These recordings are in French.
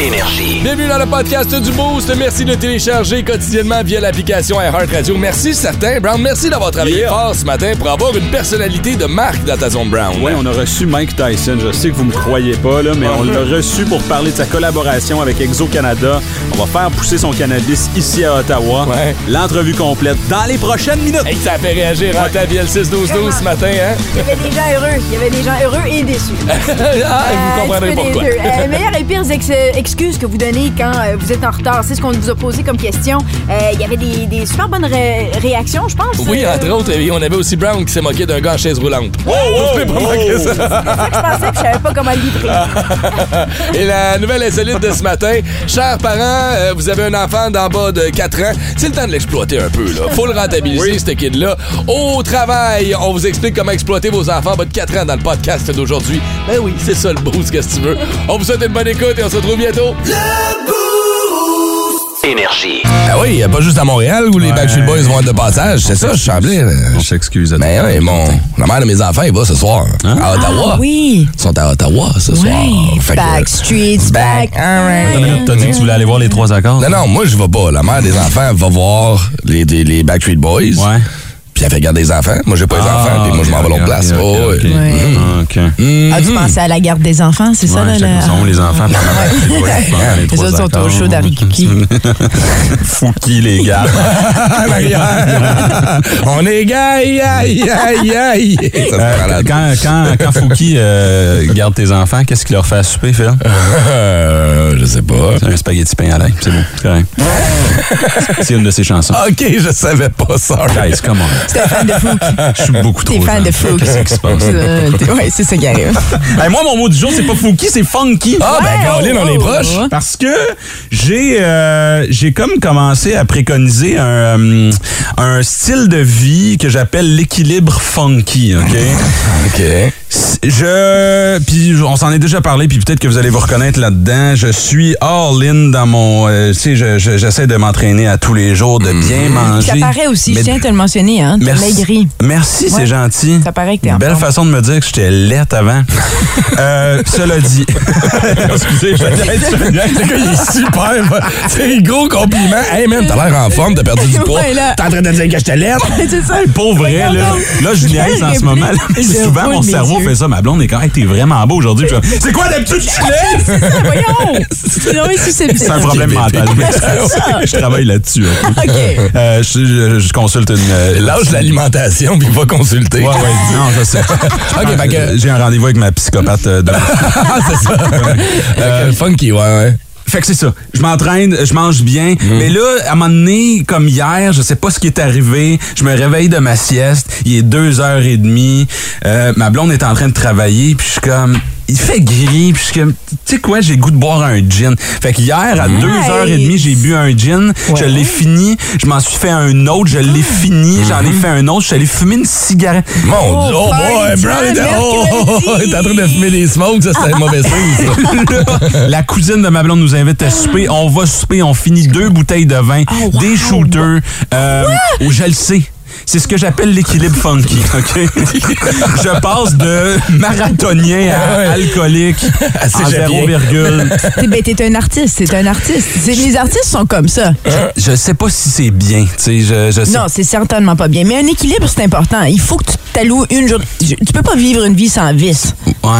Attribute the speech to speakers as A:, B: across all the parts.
A: Énergie.
B: Bienvenue dans le podcast du Boost. Merci de télécharger quotidiennement via l'application iHeartRadio. Merci, certain. Brown, merci d'avoir travaillé
C: Yeah.
B: fort ce matin pour avoir une personnalité de marque dans ta zone Brown.
C: Ouais, on a reçu Mike Tyson. Je sais que vous me croyez pas, là, mais on l'a reçu pour parler de sa collaboration avec Exo Canada. On va faire pousser son cannabis ici à Ottawa.
B: Ouais.
C: L'entrevue complète dans les prochaines minutes.
B: Hey, ça a fait réagir en ta vie le 6-12-12 ce matin, hein?
D: Il y avait des gens heureux. Il y avait des gens heureux et déçus.
B: ah,
D: Euh,
B: vous comprendrez
D: un petit peu des
B: pourquoi.
D: deux. Euh, meilleures et pires ex- euh, excuses que vous donnez quand euh, vous êtes en retard. C'est ce qu'on nous a posé comme question. Euh, Il y avait des, des super bonnes ré- réactions, je pense.
B: Oui,
D: Euh,
B: entre autres, et on avait aussi Brown qui s'est moqué d'un gars en chaise roulante.
C: Vous pouvez pas manquer ça.
D: Je pensais que je savais pas comment le livrer.
B: Ah, Et la nouvelle insolite de ce matin, chers parents, euh, vous avez un enfant d'en bas de 4 ans, c'est le temps de l'exploiter un peu. Là. Faut le rentabiliser, ce kid-là. Au travail, on vous explique comment exploiter vos enfants en bas de 4 ans dans le podcast d'aujourd'hui. Ben oui, c'est ça le boost, qu'est-ce que tu veux. On vous souhaite une bonne écoute et on se retrouve bientôt.
A: Énergie.
B: Ah oui, y a pas juste à Montréal où les Backstreet Boys vont être de passage. C'est ça, je semblais.
C: On s'excuse.
B: Mais oui, mon, la mère de mes enfants, il va ce soir
E: Hein?
B: à Ottawa.
D: Ah,
E: Ah
D: oui.
B: Ils sont à Ottawa ce soir. Fait que-
D: Backstreets, back.
B: Back. Ah, All right.
C: T'as dit que tu voulais aller voir les trois accords.
B: Non, non, moi, je vais pas. La mère des enfants va voir les, les, les Backstreet Boys.
C: Ouais. Ah,
B: Puis elle fait garder les enfants. Moi, j'ai pas les enfants. Puis moi, je m'en vais à l'autre place. Oh,
C: OK,
B: ouais. Mm.
C: OK. OK.
B: Mm-hmm.
E: Ah, tu pensais à la garde des enfants, c'est ça,
C: Ouais,
E: là?
C: check
E: là?
C: où sont les enfants pendant la Les
E: Les
C: trois
E: autres sont au
C: accords.
E: show d'Harry Cookie.
C: Fouki, les gars.
B: Ah, Maria. On est gars, aïe, aïe, aïe, aïe. Ça, c'est
C: Euh,
B: malade.
C: quand, quand, quand Fouki euh, garde tes enfants, qu'est-ce qu'il leur fait à souper, Phil?
B: Euh, je sais pas.
C: C'est un spaghetti pain à l'ail. C'est bon, c'est correct. C'est une de ses chansons.
B: OK, je savais pas ça.
C: Guys, come on.
E: T'es fan de Fook.
C: Je suis beaucoup trop
E: T'es
B: hein.
E: fan
C: jeune.
E: de Fook.
C: Qu'est-ce qui se passe?
E: Euh, t'es- ouais, c'est ça qui arrive.
C: Hey, moi, mon mot du jour, c'est pas Fouki, c'est Funky. Oh,
B: Ah, ben, Caroline, on est proche.
C: Parce que j'ai euh, j'ai comme commencé à préconiser un, euh, un style de vie que j'appelle l'équilibre funky, OK?
B: Ah, OK.
C: Je puis on s'en est déjà parlé puis peut-être que vous allez vous reconnaître là-dedans. Je suis all in dans mon euh, tu sais je- je- j'essaie de m'entraîner à tous les jours de
B: Mm-hmm.
C: bien manger.
E: Ça paraît aussi,
C: Mais-
E: je tiens à te le mentionner, hein. T'as
C: Merci.
E: maigri.
C: Merci, c'est
E: Ouais.
C: gentil.
E: Ça paraît que t'es en
C: Belle
E: forme.
C: façon de me dire que j'étais laite avant. euh, cela dit. Excusez, je vais être-
B: Le gars, il est super. va. C'est un gros compliment. Hey, man, t'as l'air en forme, t'as perdu du poids.
E: Ouais, là.
B: T'es en train de dire que je te lève.
E: c'est ça.
C: Pour vrai, là, là, je niaise en ce
E: réplique.
C: moment. là.
E: Je
C: Souvent,
E: roule
C: mon
E: mes
C: cerveau
E: yeux.
C: fait ça. Ma blonde est quand même, t'es vraiment beau aujourd'hui. Puis je fais, C'est quoi d'habitude, tu te lèves?
E: C'est ça, voyons. C'est non, mais susceptible.
C: C'est un problème mental. Je travaille là-dessus. ok?
E: OK.
C: Euh, je, je- je consulte une. euh,
B: Lâche l'alimentation, puis va consulter.
C: Ouais, ouais, non, je sais.
B: OK, fait que-
C: Euh, J'ai un rendez-vous avec ma psychopathe euh, demain.
B: Ah, c'est ça. Euh, funky, ouais, ouais. Mm.
C: Fait que c'est ça. Je m'entraîne, je mange bien. Mais là, à un moment donné, comme hier, je sais pas ce qui est arrivé. Je me réveille de ma sieste. Il est deux heures et demie. Euh, ma blonde est en train de travailler. Puis je suis comme... Il fait gris. Puis je suis comme... Tu sais quoi? J'ai le goût de boire un gin. Fait qu'hier, à deux heures et demie, j'ai bu un gin. Je l'ai fini. Je m'en suis fait un autre. Je l'ai fini. J'en ai fait un autre. Je suis allé fumer une cigarette.
B: Mm-hmm. Mon Dieu, oh boy,
E: party
B: Brown était
E: time,
B: oh, oh, oh, il était en train de fumer des smokes, ça c'était un mauvais signe. ça.
C: Là, la cousine de ma blonde nous invite à souper. On va souper. On finit deux bouteilles de vin,
E: Oh,
C: des shooters. Euh, oh, je le sais. C'est ce que j'appelle l'équilibre funky, OK? Je passe de marathonien
B: Ouais.
C: à alcoolique à
B: c'est jamais
C: zéro virgule.
E: T'es ben, t'es un artiste, t'es un artiste. C'est- Les artistes sont comme ça.
C: Je sais pas si c'est bien, tu sais, je, je sais
E: Non, c'est certainement pas bien. Mais un équilibre, c'est important. Il faut que tu t'alloues une journée. Tu tu peux pas vivre une vie sans vice.
C: Ouais,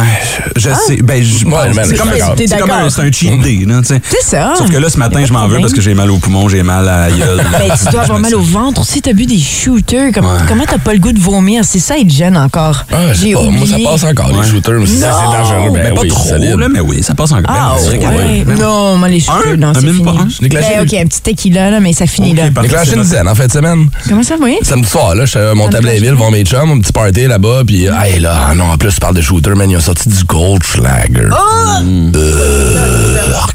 C: je, je
E: Ah.
C: sais. Ben, je-
B: Ouais, mais
C: c'est comme,
B: je suis
C: un-
E: d'accord.
C: c'est comme un, c'est un cheat day, là, tu sais.
E: C'est ça.
C: Sauf que là, ce matin,
E: pas
C: je
E: de
C: m'en veux
E: problème.
C: parce que j'ai mal au poumon, j'ai mal à la gueule.
E: Ben, tu dois avoir mal au ventre aussi. T'as bu des shooters. Comme-
C: Ouais.
E: Comment t'as pas le goût de vomir? C'est ça, il te gêne encore.
B: Ah, je sais
E: J'ai
B: pas,
E: oublié.
B: moi ça passe encore, les shooters, mais si ça, c'est dangereux, ben
C: mais pas
B: oui,
C: trop,
B: solide.
C: là, mais oui, ça passe encore.
E: Ah,
C: Ben, c'est
E: ouais.
C: vrai que oui.
E: Non, moi, les
C: Un?
E: shooters, non,
C: Ah,
E: c'est
C: même
E: fini.
C: pas un?
B: J'ai clashé
E: Ben, OK, un petit tequila, là, mais ça finit là.
C: parfait,
B: Déclenché
C: c'est
B: une
C: parfait.
B: dizaine en fin de semaine.
E: Comment ça, vous voyez?
B: Samedi soir, là, je suis à Montableinville, voir mes chums, un petit party là-bas, puis hey, là, ah non, en plus, tu parles de shooter, man, ils ont sorti du Goldschlager.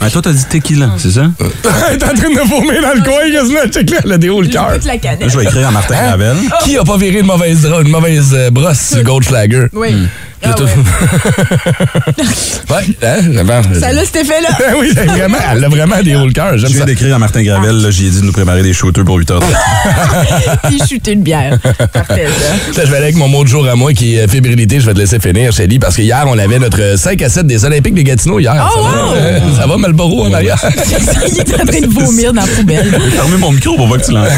C: Ah, toi, t'as dit tequila, c'est ça?
B: Euh, T'es en train de vomir dans le coin, quasiment, check là, le déo, le cœur.
E: Toute la canette. Hein? Ah.
C: Je vais écrire à Martin Gravel.
B: Qui a pas viré une mauvaise, dro- une mauvaise euh, brosse sur le Goldschlager?
E: Oui. Ah
B: J'ai tout- ouais, hein, j'avais-
E: Ça a cet effet-là.
B: oui, c'est vraiment, elle a vraiment des hauts le cœur. J'aime
C: Je viens
B: ça. Euh,
C: d'écrire à Martin Gravel, là, j'ai dit de nous préparer des shooters pour 8 heures.
E: Puis chuter une bière. Parfait, ça.
B: Là, je vais aller avec mon mot de jour à moi qui est euh, fébrilité. Je vais te laisser finir, Shelly, parce que hier, on avait notre 5 à 7 des Olympiques de Gatineau hier.
E: Oh,
B: ça,
E: wow!
B: va, euh, ça va, Malboro, en arrière?
E: Il est en train de vomir dans la poubelle.
C: J'ai fermé mon micro pour voir que tu l'entends.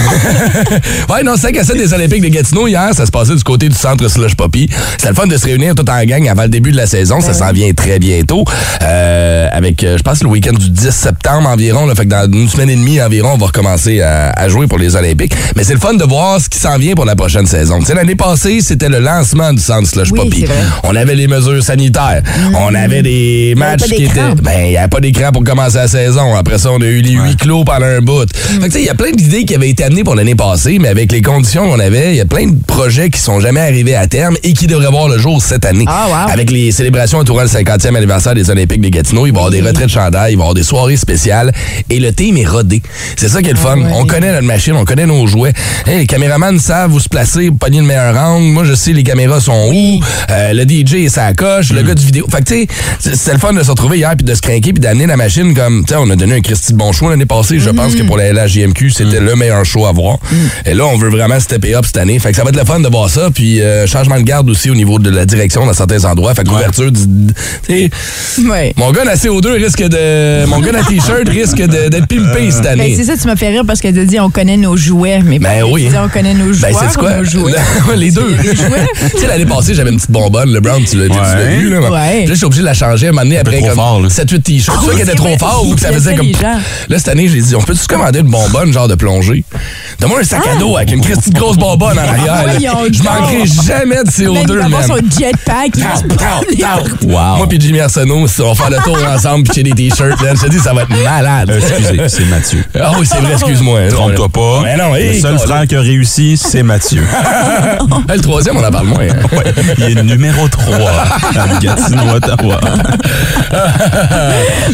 B: Ouais, non, 5 à 7 des Olympiques de Gatineau hier, ça se passait du côté du centre Slush Poppy. C'était le fun de se réunir tout en gang avant le début de la saison.
E: Ben
B: Ça s'en vient très bientôt. Euh, avec, euh, je pense, le week-end du 10 septembre environ. Là, fait que dans une semaine et demie environ, on va recommencer à, à jouer pour les Olympiques. Mais c'est le fun de voir ce qui s'en vient pour la prochaine saison. Tu sais, l'année passée, c'était le lancement du centre Slush
E: Oui,
B: Poppy.
E: c'est vrai.
B: On avait les mesures sanitaires. On avait des matchs
E: pas
B: qui
E: d'écran.
B: étaient. Ben, il n'y avait pas d'écran pour commencer la saison. Après ça, on a eu les huis clos pendant un bout.
E: Mm.
B: Fait que, tu sais, il y a plein d'idées qui avaient été amenées pour l'année passée, mais avec les conditions qu'on avait, il y a plein de projets qui sont jamais arrivés à terme et qui devraient voir le jour cette année.
E: Ah, wow.
B: Avec les célébrations entourant le 50e anniversaire des Olympiques des Gatineau, il va y
E: Mm.
B: avoir des retraits de chandail, il va y avoir des soirées spéciales et le team est rodé. C'est ça qui
E: Ah
B: est le fun. On connaît notre machine, on connaît nos jouets. Hey, les caméramans savent où se placer pour pogner le meilleur angle. Moi, je sais les caméras sont où. Euh, le DJ est sa coche.
E: Hmm.
B: Le gars du vidéo. Fait que, tu sais, c'est- c'était le fun de se retrouver hier puis de se craquer puis d'amener la machine comme, tu sais, on a donné un Christy de bon choix l'année passée. Je pense
E: Hmm.
B: que pour la LHJMQ, c'était le meilleur show à voir. Et là, on veut vraiment stepper up cette année. Fait que ça va être le fun de voir ça. Puis, euh, changement de garde aussi au niveau de la direction dans certains endroits. Fait que l'ouverture du. tu sais,
E: Ouais.
B: mon gars à CO2 risque de. Mon gars à T-shirt risque de- d'être pimpé cette
E: Ben,
B: année.
E: c'est ça, tu m'as fait rire parce que tu as dit on connaît nos jouets. Mais
B: Ben
E: pas-
B: oui.
E: tu dis, on connaît nos joueurs
B: Ben, c'est
E: ou
B: quoi?
E: nos jouets.
B: les deux.
E: Les jouets?
B: tu sais, l'année passée, j'avais une petite bonbonne, le brown, tu l'as tu l'as
C: Ouais.
B: vu, là.
E: Ouais.
B: Puis Là, je suis obligé de la changer à un moment donné après
C: trop
B: comme
C: fort, là.
B: 7-8 t-shirts. Tu vois qu'elle était trop
E: c'est
B: fort
E: vrai.
B: ou que ça
E: Il
B: faisait
E: fait
B: comme.
E: les gens.
B: Là, cette année, j'ai dit, on peut-tu commander une bonbonne, genre de plongée? Donne-moi un sac à dos avec une petite grosse bonbonne en arrière. là.
E: Ah! Voyons
B: Je manquerai
E: donc.
B: jamais de
E: Ben, il
B: CO2,
E: va
B: man.
E: avoir son jetpack. il va se prendre les-
B: Wow. Moi puis Jimmy Arsenault, si on va faire le tour ensemble pitcher des t-shirts, là, je te dis, ça va être malade.
C: Euh, excusez, c'est Mathieu.
B: Ah oui, c'est vrai, excuse-moi.
C: Trompe-toi pas.
B: Mais non,
C: le
B: hey,
C: seul
B: quoi, là.
C: frère qui a réussi, c'est Mathieu.
B: Ah, le troisième, on en parle moins. hein.
C: Ouais, il est numéro 3 à Gatineau, Ottawa.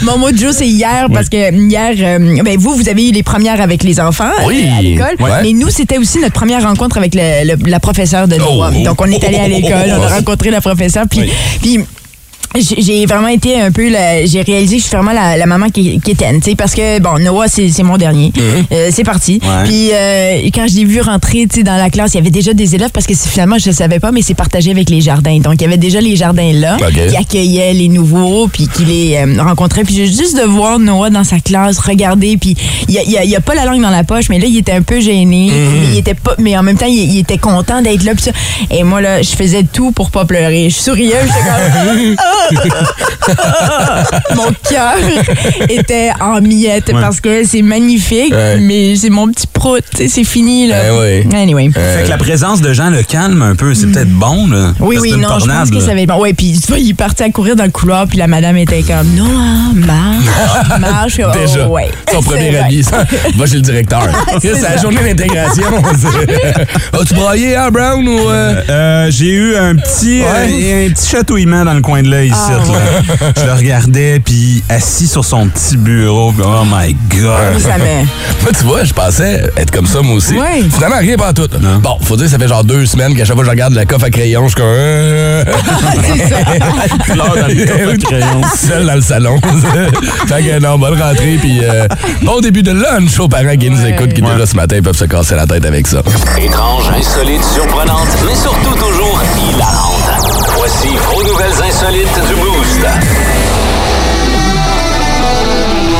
E: Mon mot de jour, c'est hier, parce que hier, euh, ben, vous, vous avez eu les premières avec les enfants
B: Oui.
E: euh, à l'école.
B: Ouais.
E: Mais nous, c'était aussi notre première rencontre avec le- le- la professeure de droit.
B: Oh.
E: Donc, on est allé à l'école, on a rencontré la professeure, puis. puis j'ai- j'ai vraiment été un peu la- j'ai réalisé que je suis vraiment la, la maman qui, qui est tenne, tu sais, parce que bon Noah c'est c'est mon dernier
B: Mm-hmm.
E: Euh, c'est parti
C: Ouais.
E: puis euh, quand je l'ai vu rentrer tu sais, dans la classe il y avait déjà des élèves parce que c'est- finalement je le savais pas mais c'est partagé avec les jardins donc il y avait déjà les jardins là
B: Ok.
E: qui accueillait les nouveaux puis qui les euh, rencontrait puis j'ai juste de voir Noah dans sa classe regarder puis il y a, il y a- il y a pas la langue dans la poche mais là il était un peu gêné
B: Mhm.
E: il était pas mais en même temps il, il était content d'être là puis ça. et moi là je faisais tout pour pas pleurer je souriais j'étais comme mon cœur était en miettes
C: Ouais.
E: parce que c'est magnifique
B: Ouais.
E: mais c'est mon petit prout tu sais, c'est fini là
B: Eh oui.
E: anyway
C: Fait que la présence de Jean le calme un peu, c'est peut-être bon, là.
E: Oui,
C: Parce que
E: oui,
C: c'est une
E: non, je pense
C: tornade,
E: que
C: là.
E: ça va être bon. Ouais, puis tu vois, il est parti à courir dans le couloir, puis la madame était comme « Noah, marche, marche. Oh,
B: Déjà.
E: ouais.
B: Son premier
E: C'est
B: habit. Va chez le directeur.
E: C'est
B: C'est la
E: ça.
B: journée d'intégration. As-tu braillé, hein, Brown? Ou, euh?
C: Euh, j'ai eu un petit, euh, un petit chatouillement dans le coin de l'œil ici.
E: Ah,
C: là. Je le regardais, puis assis sur son petit bureau. puis Oh my
E: vrai.
C: God!
E: Ça met-
B: Moi, tu vois, je pensais être comme ça, moi aussi.
E: Ouais.
B: Finalement, rien pas tout.
C: Non.
B: Bon, faut dire, ça fait genre deux semaines qu'à chaque fois que je regarde le coffre à crayon, je suis comme. euh,
E: C'est ça.
C: Fleur dans le coffre à crayon.
B: Seul dans le salon. fait que non, bonne rentrée, puis euh, bon début de lunch aux parents qui nous écoutent, qui déjà ce matin peuvent se casser la tête avec ça.
A: Étrange, insolite, surprenante, mais surtout toujours hilarante. Voici vos nouvelles insolites du Boost.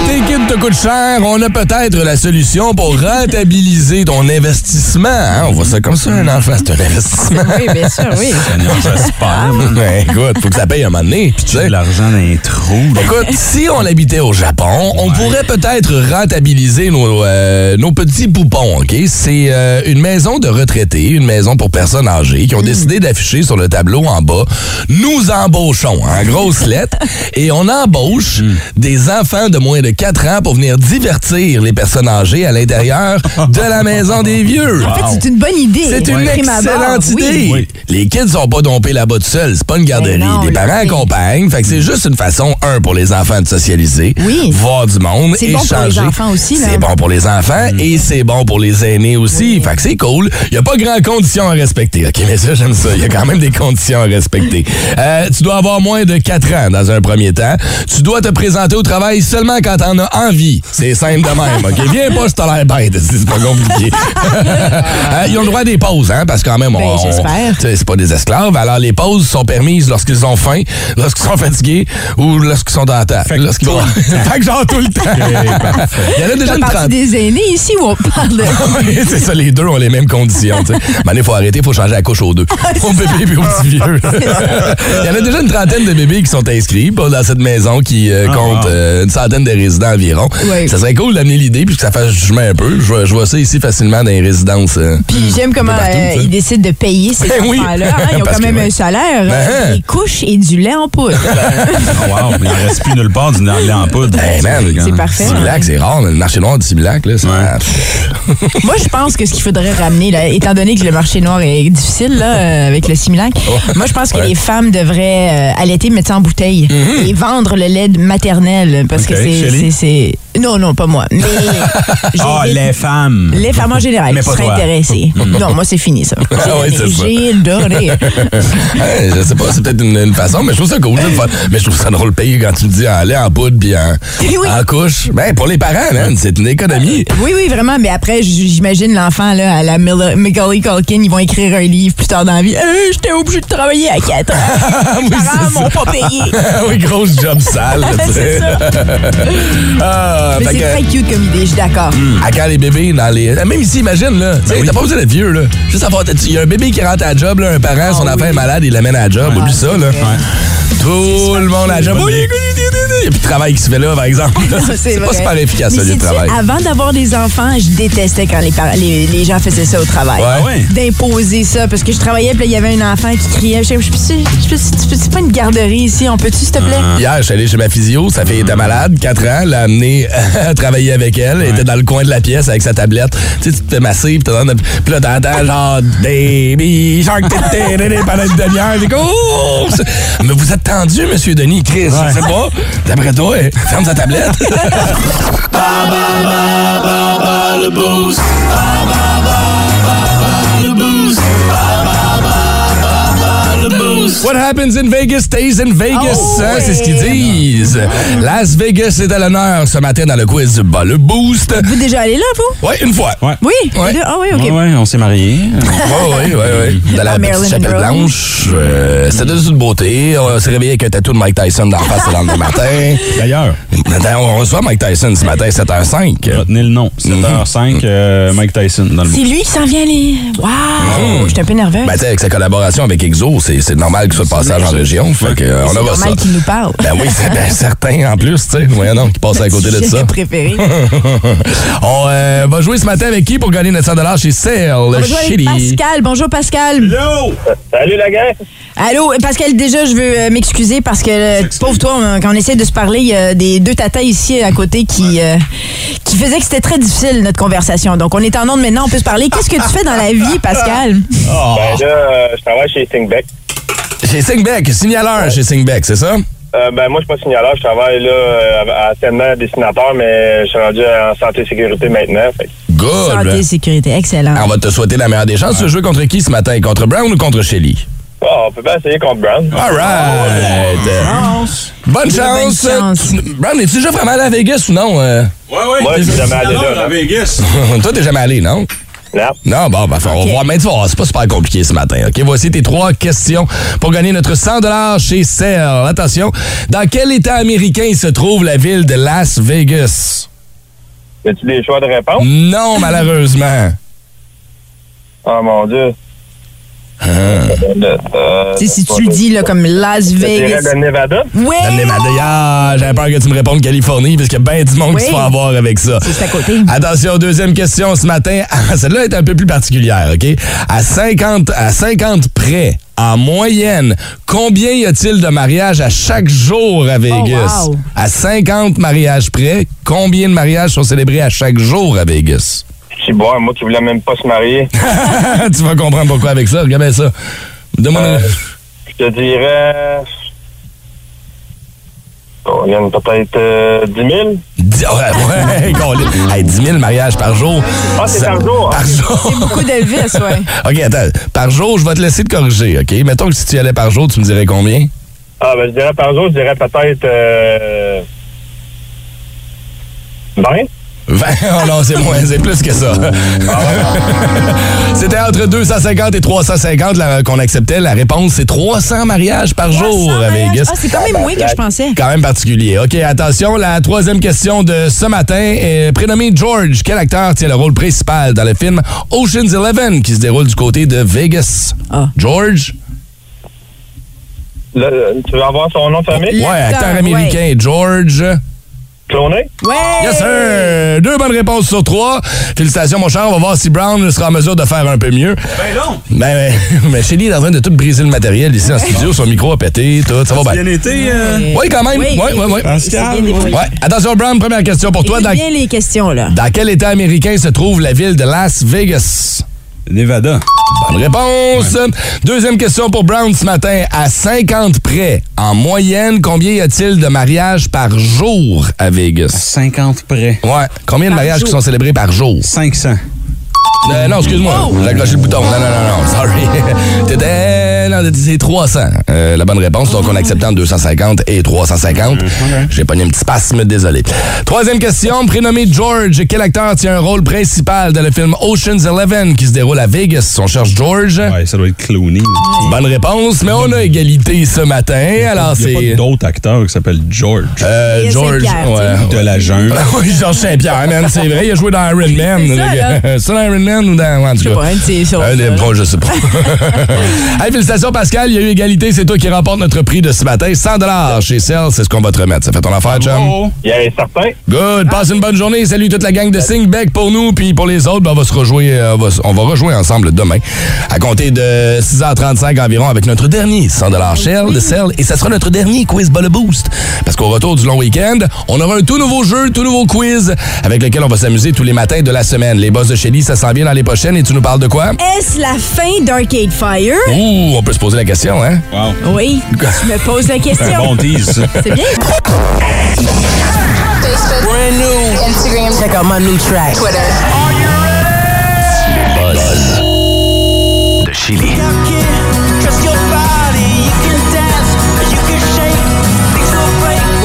B: Tes kits te coûtent cher, on a peut-être la solution pour rentabiliser ton investissement. hein. On voit ça comme ça, un enfant, c'est un investissement.
E: Oui, bien sûr, oui.
C: Seigneur, J'espère, man.
B: Ben, écoute, faut que ça paye un moment donné. Puis tu sais,
C: De l'argent dans les trous. là.
B: Écoute, si on habitait au Japon, on pourrait peut-être rentabiliser nos, euh, nos petits poupons, OK? C'est euh, une maison de retraités, une maison pour personnes âgées, qui
E: Mm.
B: ont décidé d'afficher sur le tableau en bas « Nous
C: Mm.
B: embauchons » en grosses lettres, et on embauche des enfants de moins de 4 ans pour venir divertir les personnes âgées à l'intérieur de la maison des vieux.
E: En fait, c'est une bonne idée.
B: C'est une
E: de prime abord,
B: excellente
E: oui.
B: idée.
C: Oui.
B: Les kids sont pas dompés là-bas tout seuls. C'est pas une garderie.
E: Ben non,
B: les
E: là,
B: parents
E: oui.
B: accompagnent. Fait que c'est juste une façon, un, pour les enfants de socialiser,
E: Oui.
B: voir du monde,
E: C'est
B: échanger.
E: bon pour les enfants aussi, là. Mm.
B: C'est bon pour les enfants et c'est bon pour les aînés aussi. Fait que c'est cool. Il y a pas grand conditions à respecter. OK, mais ça, j'aime ça. Il y a quand même des conditions à respecter. Euh, tu dois avoir moins de 4 ans dans un premier temps. Tu dois te présenter au travail seulement quand t'en as envie. C'est simple de même, OK? Viens pas, je t'en l'air bête. C'est pas compliqué. Euh, ils ont le droit à des pauses, hein, parce que quand même, on,
E: Ben,
B: on-
E: j'espère.
B: tu sais, c'est pas des esclaves. Alors, les pauses sont permises lorsqu'ils ont faim, lorsqu'ils sont fatigués ou lorsqu'ils sont dans la table.
C: Fait que
B: Lorsqu'ils
C: tout
B: vont- fait que genre tout le temps. Il y en a déjà
E: On
B: une
E: parle
B: trentaine.
E: des aînés ici où on parle de...
B: Oui, c'est ça, les deux ont les mêmes conditions. tu sais. Ben, il faut arrêter, il faut changer la couche aux deux. Au bébé puis au petit vieux. il y en a déjà une trentaine de bébés qui sont inscrits pas, dans cette maison qui euh, compte
C: wow.
B: euh, une centaine de résidents environ.
E: Oui.
B: Ça serait cool d'amener l'idée puis que ça fasse jumer un peu. Je vois- Je vois ça ici facilement dans les résidences. euh.
E: Puis j'aime comment
B: partout,
E: euh,
B: tu sais.
E: ils décident de payer ces
B: Ben oui.
E: enfants-là. hein. Ils ont
B: Parce
E: quand
B: que,
E: même
B: ouais.
E: un salaire,
B: Ben, hein.
E: des couches et du lait en poudre.
C: Oh,
B: Ah,
C: wow, il en reste plus nulle part du lait en poudre.
B: Hey, Eh, man.
E: C'est parfait.
B: Sibilac, c'est hein. rare, mais le marché noir du Sibilac, là, c'est
E: Moi, je pense que ce qu'il faudrait ramener, là, étant donné que le marché noir est difficile là, euh, avec le Similac, moi, je pense que
B: Ouais. Mhm.
E: les femmes devraient euh, allaiter, mettre ça en bouteille et vendre le lait de maternel parce
C: Ok,
E: que c'est- c'est-
C: Shelley?
E: c'est. Non, non, pas moi. Mais.
C: Ah,
E: j'évite-
C: les femmes.
E: Les femmes en général
C: Mais
E: qui
C: pas
E: seraient
C: toi.
E: intéressées. Non, moi, c'est fini, ça. J'ai
B: Ah ouais,
E: donné,
B: c'est ça.
E: J'ai donné.
B: Ouais, Euh, je sais pas, c'est peut-être une, une façon, mais je trouve ça cool. c'est le fun. Mais je trouve ça drôle payer quand tu me dis en lait, en poudre, puis en,
E: Eh Oui.
B: en couche. Ben, pour les parents, man, c'est une économie.
E: Oui, oui, vraiment. Mais après, j- j'imagine l'enfant là, à la Miller- Macaulay Culkin, ils vont écrire un livre plus tard dans la vie. Euh, J'étais obligé de travailler à 4
C: Ah,
E: ans. Mes parents m'ont pas payé.
B: oui, grosse job sale. là, tu sais.
E: c'est ça.
B: Ah,
E: Mais
B: fait
E: c'est
B: que, Hmm.
E: très cute comme idée, je suis d'accord.
B: à quand les bébés dans les. euh, Même ici, imagine, là. Tu sais, t'as pas besoin d'être vieux, là. Juste avoir. Il y a un bébé qui rentre à la job, là, un parent,
E: Ah
B: son enfant est malade, il l'amène à la job. Oublie ça, là. Tout le monde à la job. Oh, il y a- il y a plus de travail qui se fait là, par exemple. C'est pas
E: vrai.
B: super efficace,
E: Mais
B: le lieu de
E: sais-tu,
B: travail.
E: Avant d'avoir des enfants, je détestais quand les, par- les, les gens faisaient ça au travail.
B: Ouais. Ah
C: ouais?
E: D'imposer ça, parce que je travaillais, puis là, il y avait un enfant qui criait. Je sais, je peux- je peux- tu peux- c'est pas une garderie ici, on peut-tu, s'il te plaît?
B: Hier, je suis allé chez ma physio, sa fille était malade, 4 ans, l'a amenée à travailler avec elle, elle était dans le coin de la pièce avec sa tablette. Tu sais, tu te fais masser, puis t'es dans le- puis là, t'entends genre Baby Shark titi, titi pendant une demi-heure, j'ai comme, Oh! Mais vous êtes tendu, monsieur Denis, Chris, je sais pas. D'après toi, hein, ferme sa tablette. What happens in Vegas stays in Vegas,
C: Oh,
B: hein, c'est ce qu'ils disent. Las Vegas est à l'honneur ce matin dans le quiz du Bas le Boost.
E: Vous êtes déjà allé là, vous?
B: Ouais, une fois.
C: Ouais.
E: Oui?
B: Ouais.
E: Les deux? Ah oui, OK.
C: Ouais, ouais, on s'est mariés.
B: Oui, oui, oui, oui. Dans la
E: Ah,
B: petite
E: Marilyn
B: chapelle
E: Monroe.
B: blanche. euh, C'était de toute beauté. On s'est réveillé avec un tatou de Mike Tyson dans la face le lendemain matin.
C: D'ailleurs,
B: Attends, on reçoit Mike Tyson ce matin, 7h05.
C: retenez le nom.
B: Mhm.
C: 7h05, euh, Mike Tyson dans le
E: C'est
C: bout.
E: lui qui s'en vient, les. Waouh! J'étais un peu nerveuse.
B: Ben, tu sais, avec sa collaboration avec Exo, c'est c'est normal qu'il soit de passage en région. Fait que, euh, on
E: c'est
B: aura ça.
E: normal qu'il nous parle.
B: Ben oui, c'est ben, certain en plus, tu sais. Voyons donc, qui passe à côté de
E: Sujet
B: ça.
E: préféré.
B: on euh, va jouer ce matin avec qui pour gagner 900 chez Sale,
E: On va
B: le
E: jouer avec
B: Chili.
E: Pascal. Bonjour, Pascal.
F: Salut la gang!
E: Allô, euh, Pascal, déjà, je veux euh, m'excuser parce que, euh, pauvre toi, on- quand on essaie de se parler, il y a des deux tatas ici à côté qui, euh, qui faisaient que c'était très difficile, notre conversation. Donc, on est en onde maintenant, on peut se parler. Qu'est-ce que tu fais dans la vie, Pascal?
F: Ben là, euh, je travaille chez Thinkback.
B: Oh. Chez Singbeck, signaleur chez Singbeck, c'est ça?
F: Euh, ben moi, je suis pas signaleur, je travaille là euh, à tellement dessinateur, mais je suis rendu en santé et sécurité maintenant. Fait. que
B: Good.
E: Santé, sécurité, excellent.
B: On va te souhaiter la meilleure des chances. Tu veux jouer contre qui ce matin? Contre Brown ou contre Shelly?
F: Ah, on peut pas essayer contre Brown.
B: All right. Bonne chance.
E: Bonne chance.
B: Tu- Brown, es-tu déjà vraiment allé à Vegas ou non? euh?
C: Ouais, ouais.
F: Moi, je suis jamais allé là,
C: à
F: là.
C: Vegas.
B: Toi, t'es jamais allé, non?
F: Non.
B: Non, bon, ben, on va voir. Mais tu vas voir, c'est pas super compliqué ce matin. OK, voici tes trois questions pour gagner notre 100 chez Serre. Attention, dans quel état américain se trouve la ville de Las Vegas?
F: Y a-tu des choix de réponse? Ah,
B: Non, malheureusement.
F: Oh mon dieu.
B: Hein?
F: Euh,
E: Tu sais, si tu le dis là, comme Las
F: Je dirais
E: Vegas.
F: de Nevada.
E: Ouais!
B: Dans le Nevada. Ah, j'avais peur que tu me répondes Californie, parce qu'il y a bien du monde qui
E: Oui.
B: se fait avoir avec ça.
E: C'est à côté.
B: Attention, deuxième question ce matin. Ah, Celle-là est un peu plus particulière, OK? À 50, à 50 près, en moyenne, combien y a-t-il de mariages à chaque jour à Vegas?
E: Oh, wow.
B: À 50 mariages près, combien de mariages sont célébrés à chaque jour à Vegas?
F: Si bon, moi qui voulais même pas se marier,
B: tu vas comprendre pourquoi avec ça. Regarde bien ça. Demande.
F: Euh, je te dirais. On gagne peut-être euh, 10 000.
B: Dix- Ouais, ouais, golly. Hey, 10 000 mariages par jour.
F: Ah, c'est
B: Ça-
F: par jour, hein?
B: Par jour.
E: C'est beaucoup d'Elvis, ouais.
B: OK, attends. Par jour, je vais te laisser te corriger, OK? Mettons que si tu y allais par jour, tu me dirais combien?
F: Ah, ben, je dirais par jour, je dirais peut-être. Euh, 20.
B: 20? Oh non, c'est moins, c'est plus que ça.
F: Ah
B: C'était entre 250 et 350 la- qu'on acceptait. La réponse, c'est 300 mariages par jour à Vegas.
E: Ah, c'est quand même moins que
F: ben,
E: je pensais.
B: Quand même particulier. OK, attention, la troisième question de ce matin est prénommé George. Quel acteur tient le rôle principal dans le film Ocean's Eleven qui se déroule du côté de Vegas?
E: Ah.
B: George?
F: Le- tu veux avoir son nom de famille?
B: ouais,
E: L'acteur,
B: acteur américain. George?
F: Cloné?
E: Ouais!
B: Yes, sir! Deux bonnes réponses sur trois. Félicitations, mon cher. On va voir si Brown sera en mesure de faire un peu mieux.
C: Ben non!
B: Ben, ben, mais Shelly est en train de tout briser le matériel ici en studio. Son micro a pété, tout. Ça va bien.
C: été, euh,
B: Oui, quand même. Oui,
E: Oui,
B: oui, oui.
C: Pascal.
B: Ouais. Attention, Brown, première question pour toi.
E: Écoute
B: Dans,
E: bien les questions, là.
B: dans quel état américain se trouve la ville de Las Vegas?
C: Nevada.
B: Bonne réponse. Deuxième question pour Brown ce matin. À 50 près, en moyenne, combien y a-t-il de mariages par jour à Vegas?
C: 50 près.
B: Ouais. Combien de mariages qui sont célébrés par jour?
C: 500.
B: Euh, non,
E: Oh!
B: excuse-moi, j'ai accroché le bouton. Non, non, non, non, sorry. T'étais. Non, c'est 300. Euh, la bonne réponse, donc on accepte en 250 et 350.
E: Mm-hmm.
B: J'ai pogné un petit spasme, désolé. Troisième question, prénommé George. Quel acteur tient un rôle principal dans le film Ocean's Eleven qui se déroule à Vegas? On cherche George.
C: Ouais, ça doit être Clooney.
B: Bonne réponse, mais on a égalité ce matin. Alors,
C: Il n'y a
B: c'est.
C: pas d'autres acteurs qui s'appellent George.
B: Euh,
E: Il y a
B: George.
E: Saint-Pierre,
B: ouais.
C: de la jungle.
B: oui, Georges Saint-Pierre, man, c'est vrai, il a joué dans Iron Man.
E: C'est ça,
B: le gars. C'est dans Iron Man ou dans. en tout
E: Je sais
B: cas.
E: pas, un de ces choses.
B: Un des
E: là.
B: bras, je sais pas. hey, félicitations, Pascal. Il y a eu égalité. C'est toi qui remporte notre prix de ce matin. 100 chez Cell. C'est ce qu'on va te remettre. Ça fait ton affaire, chum.
F: Il y a certain.
B: Good. Passe une bonne journée. Salut toute la gang de Singbeck pour nous. Puis pour les autres, ben, on va se rejouer. euh, On va, se- on va rejouer ensemble demain à compter de 6h35 environ avec notre dernier 100 Shell de Cell. Et ça sera notre dernier quiz Ball Boost. Parce qu'au retour du long week-end, on aura un tout nouveau jeu, tout nouveau quiz avec lequel on va s'amuser tous les matins de la semaine. Les boss de Shelly, ça s'en vient dans les prochaines. Et tu nous parles de quoi?
E: Est-ce la fin d'Arcade Fire?
B: Ouh, on peut se poser la question, hein?
C: Wow.
E: Oui, je me pose la
C: Oh. Un
E: question.
C: bon tease, ça.
E: C'est bien.
G: Check out my new track.
A: De Chili.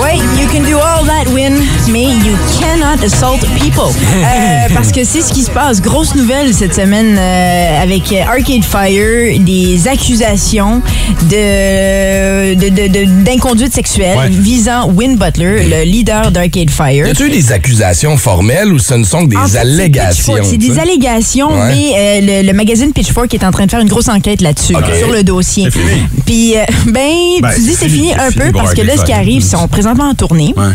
E: Oui, you can do all that, Win, mais you cannot assault people. Euh, parce que c'est ce qui se passe. Grosse nouvelle cette semaine euh, avec euh, Arcade Fire, des accusations de de- de- de- d'inconduite sexuelle
C: Ouais.
E: visant Win Butler, le leader d'Arcade Fire.
B: Y a-tu eu des accusations formelles ou ce ne sont que des
E: En fait, Ah, c'est
B: allégations?
E: Pitchfork. C'est des
B: t'sais?
E: allégations,
B: Ouais.
E: mais euh, le, le magazine Pitchfork est en train de faire une grosse enquête là-dessus,
C: Ok.
E: sur le dossier.
C: C'est fini.
E: Puis, euh, ben,
C: Ben,
E: tu dis
C: c'est
E: c'est
C: fini,
E: fini un
C: c'est fini
E: peu
C: pour
E: parce que là, ce qui
C: Arcade Fire.
E: arrive, ils sont présentement en tournée.
C: Ouais.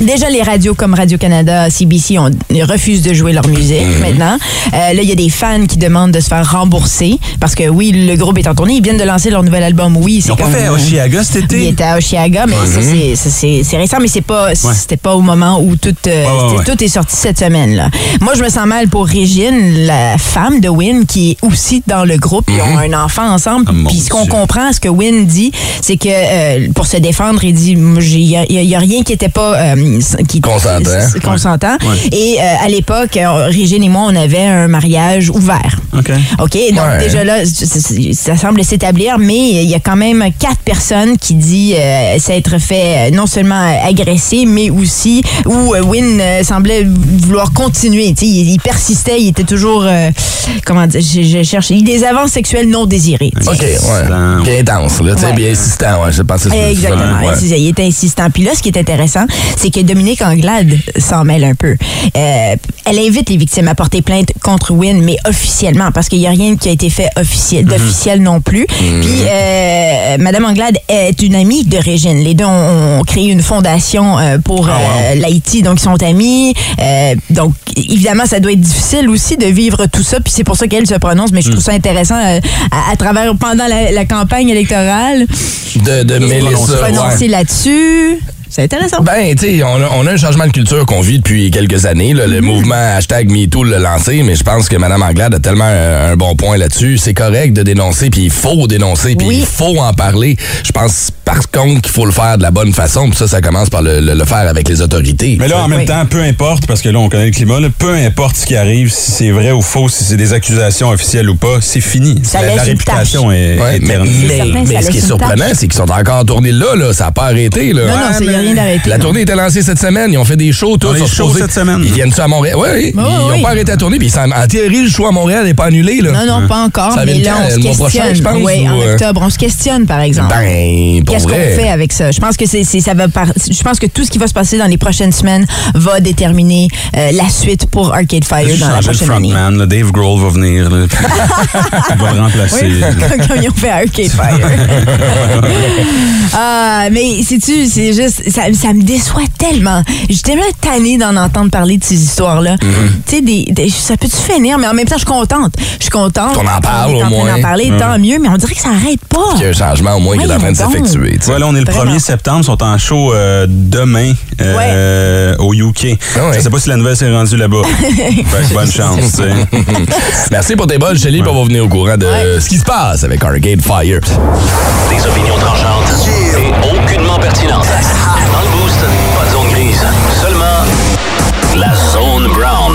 E: Déjà, les radios comme Radio-Canada, CBC, on, refusent de jouer leur musique
C: Mhm.
E: maintenant. Euh, là, il y a des fans qui demandent de se faire rembourser parce que oui, le groupe est en tournée. Ils viennent de lancer leur nouvel album. Oui,
C: Ils
E: c'est
C: n'ont pas
E: comme-
C: fait Oshiaga cet
E: il
C: été? Mhm.
E: était à Oshiaga, mais ça, c'est- ça, c'est c'est récent, mais c'est pas, c'était pas au moment où tout, euh,
C: Ouais, ouais,
E: c'était-
C: ouais.
E: tout est sorti cette semaine. Là. Moi, je me sens mal pour Régine, la femme de Wynne, qui est aussi dans le groupe. Ils ont un enfant ensemble.
C: Ah, mon
E: Puis ce qu'on
C: Dieu.
E: comprend, ce que Wynne dit, c'est que euh, pour se défendre, il dit il y, a- y a- y a rien qui était pas euh, qui,
B: Consentant.
E: s- consentant.
C: Ouais.
E: Et euh, à l'époque, euh, Régine et moi, on avait un mariage ouvert.
C: OK.
E: OK, donc
B: Ouais.
E: déjà là, c- c- ça semble s'établir, mais il y a quand même quatre personnes qui disent euh, s'être fait euh, non seulement euh, agresser, mais aussi où euh, Wynne euh, semblait vouloir continuer. Tu sais, Il, il persistait, il était toujours, euh, comment dire, je, je cherche, il des avances sexuelles non désirées. tu sais.
B: OK, ouais.
C: Insistant.
B: Qui est intense, là, tu sais,
E: Ouais.
B: bien insistant, ouais, je pense que c'est
E: Exactement.
B: ouais.
E: Il était insistant. Puis là, ce qui est intéressant, c'est que Dominique Anglade s'en mêle un peu. Euh, elle invite les victimes à porter plainte contre Wynne, mais officiellement, parce qu'il n'y a rien qui a été fait officiel, d'officiel non plus. Puis, euh, Madame Anglade est une amie de Régine. Les deux ont, ont créé une fondation euh, pour euh, l'Haïti, donc ils sont amis. Euh, donc, évidemment, ça doit être difficile aussi de vivre tout ça, puis c'est pour ça qu'elle se prononce, mais je trouve ça intéressant euh, à, à travers, pendant la, la campagne électorale,
B: de, de mêler
E: se
B: ça. ouais.
E: prononcer là-dessus. C'est intéressant.
B: Ben, tu sais, on, a- on a un changement de culture qu'on vit depuis quelques années. là. Le mouvement hashtag MeToo l'a lancé, mais je pense que Mme Anglade a tellement euh, un, bon point là-dessus. C'est correct de dénoncer, puis il faut dénoncer, puis
E: Oui.
B: il faut en parler. Je pense, par contre, qu'il faut le faire de la bonne façon, puis ça, ça commence par le, le- le faire avec les autorités.
C: Mais là, en même
E: Oui.
C: temps, peu importe, parce que là, on connaît le climat, là, peu importe ce qui arrive, si c'est vrai ou faux, si c'est des accusations officielles ou pas, c'est fini.
E: Ça
C: la,
E: laisse
C: la
E: une
C: réputation
E: tache.
C: est,
B: Ouais,
C: est
B: Euh, mais,
C: terminée.
B: mais-
E: certain, ça
B: mais ce qui est
E: laisse une
B: surprenant, c'est qu'ils sont encore tournés là, là. Ça n'a pas arrêté, là.
E: Non, non, c'est- y a rien d'arrêté,
B: La
E: non.
B: tournée était lancée cette semaine. Ils ont fait des shows, tous.
C: On a
B: sont
C: des shows
B: supposés-
C: cette semaine.
B: Ils viennent ça à Montréal. Oui, oui.
E: Oui,
B: ils n'ont
E: oui.
B: pas arrêté la tournée. Puis, ça- en théorie, le show à Montréal n'est pas annulé, là.
E: Non, non, pas encore,
B: Ça
E: mais
B: vient
E: là,
B: quand?
E: on se
B: Le mois
E: questionne.
B: prochain, je pense,
E: Oui,
B: ou,
E: en
B: euh,
E: octobre, on se questionne, par exemple.
B: Ben, pour
E: Qu'est-ce qu'on
B: vrai.
E: fait avec ça? Je pense que c'est, c'est- ça va par- je pense que tout ce qui va se passer dans les prochaines semaines va déterminer euh, la suite pour Arcade Fire
C: Juste
E: dans la
C: changer le
E: prochaine année.
C: frontman, là, Dave Grohl va venir, là, puis il va le remplacer.
E: Oui, comme, comme ils ont fait à Arcade Fire. ah, mais sais-tu, c'est juste, ça, ça me déçoit tellement. J'étais tellement tannée d'en entendre parler de ces histoires-là.
B: Mhm.
E: Tu sais, des, des- ça peut-tu finir? Mais en même temps, je suis contente. Je suis contente.
B: Qu'on en parle,
E: On
B: au
E: est en train
B: moins. Mhm.
E: d'en parler, tant mieux, mais on dirait que ça arrête pas.
B: qu'il y a un changement au moins qui est en train de
E: Voyons donc.
B: s'effectuer. tu
C: Tu
B: sais.
C: vois, là, on est le
E: Vraiment.
C: 1er septembre, ils sont en show euh, demain euh, au UK.
B: Ah ouais.
C: Je sais pas si la nouvelle s'est rendue là-bas. Fait que bonne chance, tu sais.
B: Merci pour tes bols, Shelly, puis on va venir au courant de ce qui se passe avec Arcade Fire.
A: Des opinions tranchantes et aucunement pertinentes. Dans le boost, pas de zone grise, seulement la zone brown.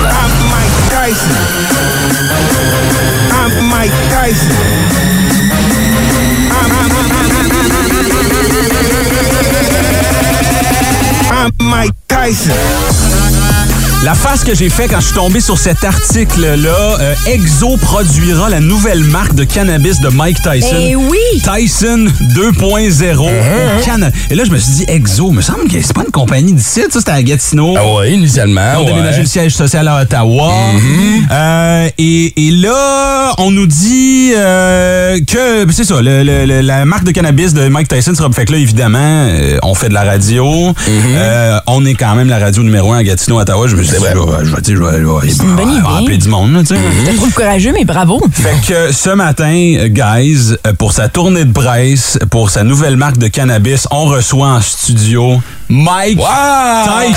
C: La face que j'ai fait quand je suis tombé sur cet article-là, euh, Exo produira la nouvelle marque de cannabis de Mike Tyson.
E: Eh oui! Uh-huh.
C: Tyson 2.0 au Canada. Et là, je me suis dit, Exo, me semble que c'est pas une compagnie d'ici, ça, c'était à Gatineau.
B: Ah ouais, initialement.
C: Ils ont
B: ouais.
C: déménagé le siège social à Ottawa.
E: Mm-hmm.
C: Euh, et, et là, on nous dit euh, que, c'est ça, le- le- le- la marque de cannabis de Mike Tyson sera... Fait que là, évidemment, euh, on fait de la radio.
E: Mm-hmm.
C: Euh, on est quand même la radio numéro un à Gatineau, Ottawa. Je me suis dit,
B: vrai.
C: je vais- je vais- tu sais, je vais- je vais-
E: une bonne
C: je vais
E: idée. Mm-hmm.
C: appeler du monde, là, tu sais.
E: Je te trouve courageux, mais bravo.
C: Fait que ce matin, euh, guys, euh, pour sa tournée de presse, pour sa nouvelle marque de cannabis, on reçoit en studio Mike Tyson. My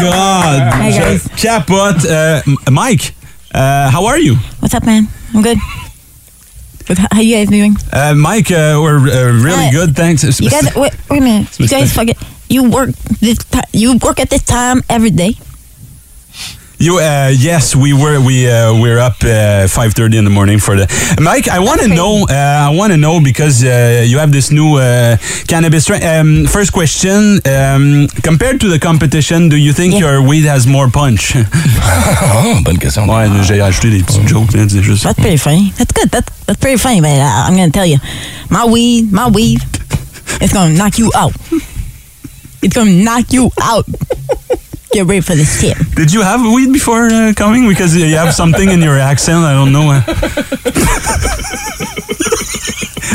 C: God!
E: Oh! Hey,
C: Je
E: guys.
C: capote. Euh, M- Mike, uh, how are you?
E: What's up, man? I'm good. But how you guys doing?
C: Uh, Mike, uh, we're uh, really
E: Uh,
C: good, thanks.
E: You guys, wait, wait a minute. You guys forget. You work this time. You work at this time every day.
C: You, uh, yes, we were we uh, we're up uh, five thirty in the morning for the Mike. I want to know. Uh, I want to know because uh, you have this new uh, cannabis. strain. Um, first question: um, Compared to the competition, do you think
E: Yeah.
C: your weed has more punch?
B: Ah, bonne question.
C: ouais, j'ai ajouté des petites jokes. Là, c'est juste.
E: That's pretty funny. That's good. That's that's pretty funny. But uh, I'm gonna tell you, my weed, my weed, it's gonna knock you out. It's gonna knock you out. Get ready for this shit.
C: Did you have weed before uh, coming? Because you have something in your accent. I don't know. uh.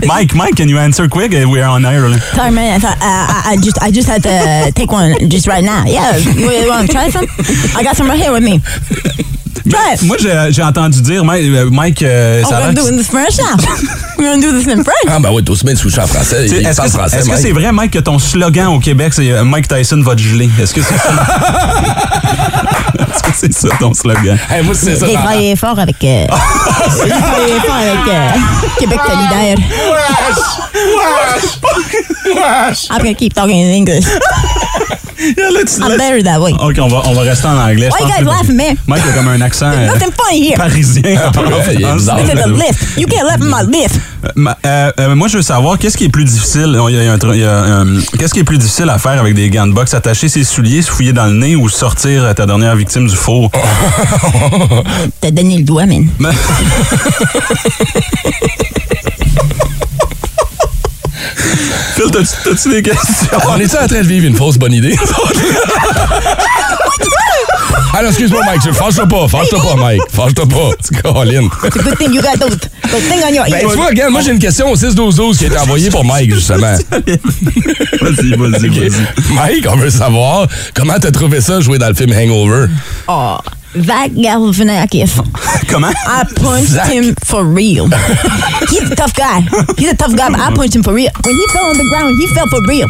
C: Mike, Mike, can you answer quick? Uh, We are on Ireland.
E: Sorry, man. I thought uh, I, I just I just had to take one just right now. Yeah, you want to try some? I got some right here with me. Try it.
C: Moi, j'ai j'ai entendu dire, Mike, euh, Mike euh,
E: Oh,
C: ça a
E: we're
C: l'air
E: gonna
C: que
E: do this in French now. we're gonna do this in French.
B: Ah, ben ouais, deux semaines sous en français.
C: Tu sais,
B: Il
C: Est-ce
B: parle
C: que c'est
B: français,
C: est-ce que
B: Mike.
C: c'est vrai, Mike, que ton slogan au Québec, c'est euh, Mike Tyson va te geler? Est-ce que c'est ça? Est-ce que c'est ça ton slogan?
B: Hey, moi, c'est ça.
E: J'ai travaillé fort avec. euh, J'ai travaillé fort avec euh, Québec solidaire. I'm gonna keep talking in English.
C: Yeah, let's-
E: I'm
C: let's-
E: better that way.
C: OK, on va, on va rester en anglais. Je
E: Why
C: pense
E: you guys
C: que-
E: laughing, man?
C: Mike a comme un accent euh,
E: Nothing funny here.
C: parisien. en
B: Ah, ouais, il est
C: France.
B: bizarre.
E: This is a lift. You can't lift my lift.
C: Euh, ma- euh, euh, moi, je veux savoir, qu'est-ce qui est plus difficile? Oh, il y a- il y a un tru- il y a, euh, qu'est-ce qui est plus difficile à faire avec des gants de boxe? Attacher ses souliers, se fouiller dans le nez ou sortir euh, ta dernière victime du four?
E: T'as donné le doigt, man.
C: Phil, t'as-tu- t'as-tu des questions?
B: On est en train de vivre une fausse bonne idée? Alors, excuse-moi, Mike, je- fâche-toi pas, fâche-toi pas, Mike, fâche-toi pas, tu colline.
E: Good thing you got out. Good thing on your
B: Ben, tu
E: ears.
B: vois, regarde, moi, j'ai une question au 6-12-12 qui a été envoyée pour Mike, justement.
C: Vas-y, vas-y,
B: Ok.
C: vas-y.
B: Mike, on veut savoir comment t'as trouvé ça jouer dans le film Hangover.
E: Oh, Zach Galifianakis.
C: Comment?
E: I punched
B: Zach.
E: him for real. He's a tough guy. He's a tough guy, but I punched him for real. When he fell on the ground, he fell for real.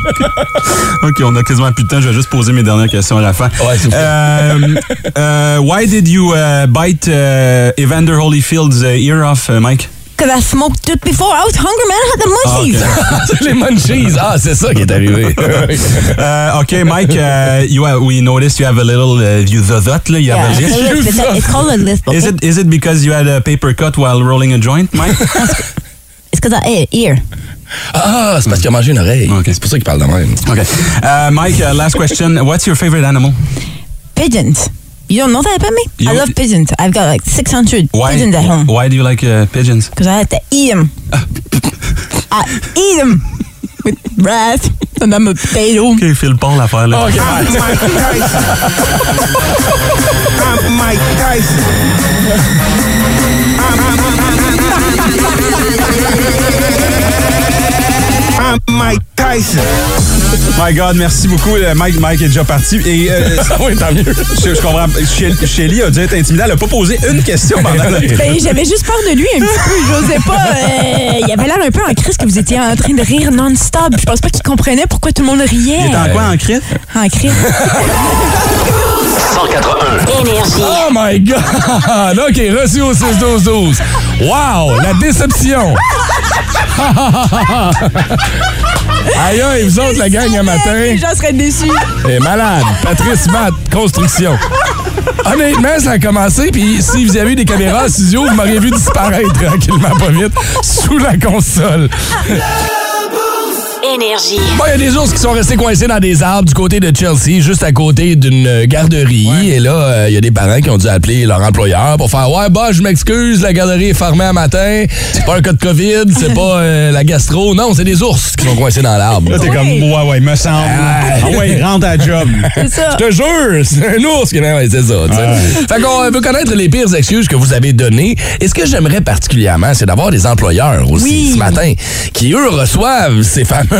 C: OK, on a quasiment plus de temps. Je vais juste poser mes dernières questions à la fin.
B: Ouais, s'il vous plaît.
C: Euh, euh, why did you uh, bite uh, Evander Holyfield's uh, ear off, uh, Mike?
E: Because I smoked it before. I was hungry, man. I had the
C: Ah,
E: munchies.
B: C'est les munchies. Ah, c'est ça qui est arrivé.
C: Uh, OK, Mike, uh, you have, we noticed you have a little uh, you zozot, là. You
E: Yeah,
C: have a
E: it's
C: lisp.
E: a lisp. It's, a- it's called a lisp.
C: Is
E: okay?
C: it, is it because you had a paper cut while rolling a joint, Mike?
E: It's because I ate ear.
B: ah, c'est parce qu'il a mangé une oreille.
C: Ok.
B: C'est pour ça qu'il parle de même.
C: OK. Uh, Mike, uh, last question. What's your favorite animal?
E: Pigeons. You don't know that about me? I
C: You-
E: love pigeons. I've got like 600
C: Why,
E: pigeons at home.
C: why do you like uh, pigeons?
E: Because I had to eat them. I eat them with breath. And I'm a potato.
C: OK, Phil, parle l'affaire, là.
H: I'm Mike Tyson. I'm Mike Tyson.
C: My God, merci beaucoup. Euh, Mike, Mike est déjà parti. Et euh,
B: oui, tant mieux.
C: je, je comprends. Shel- Shelly a dû être intimidée. Elle n'a pas posé une question pendant la
E: Ben, j'avais juste peur de lui un petit peu. J'osais pas. euh, il avait l'air un peu en crise que vous étiez en train de rire non-stop. Je pense pas qu'il comprenait pourquoi tout le monde riait.
C: Il est en quoi, en crit?
E: En crise.
A: 181.
B: Oh my God! OK, reçu au 6-12-12. Wow, la déception! aïe, aïe, vous autres, la gang, un matin,
E: Les gens seraient déçus.
B: est malade. Patrice Matt, construction. Honnêtement, ça a commencé, puis si vous avez eu des caméras en studio, vous m'auriez vu disparaître tranquillement, pas vite, sous la console. Bon, il y a des ours qui sont restés coincés dans des arbres du côté de Chelsea, juste à côté d'une garderie. Et là, euh, il y a des parents qui ont dû appeler leur employeur pour faire Ouais, bah, je m'excuse, la garderie est fermée à matin. C'est pas un cas de COVID, c'est pas euh, la gastro. Non, c'est des ours qui sont coincés dans l'arbre.
C: T'es
E: comme, Oui.
C: ouais, ouais, me semble. Ah ouais, rentre à job.
E: C'est ça.
B: Je te jure, c'est un ours qui ouais, c'est ça. tu sais. Fait qu'on euh, veut connaître les pires excuses que vous avez données. Et ce que j'aimerais particulièrement, c'est d'avoir des employeurs aussi
E: Oui.
B: ce matin qui, eux, reçoivent ces fameuses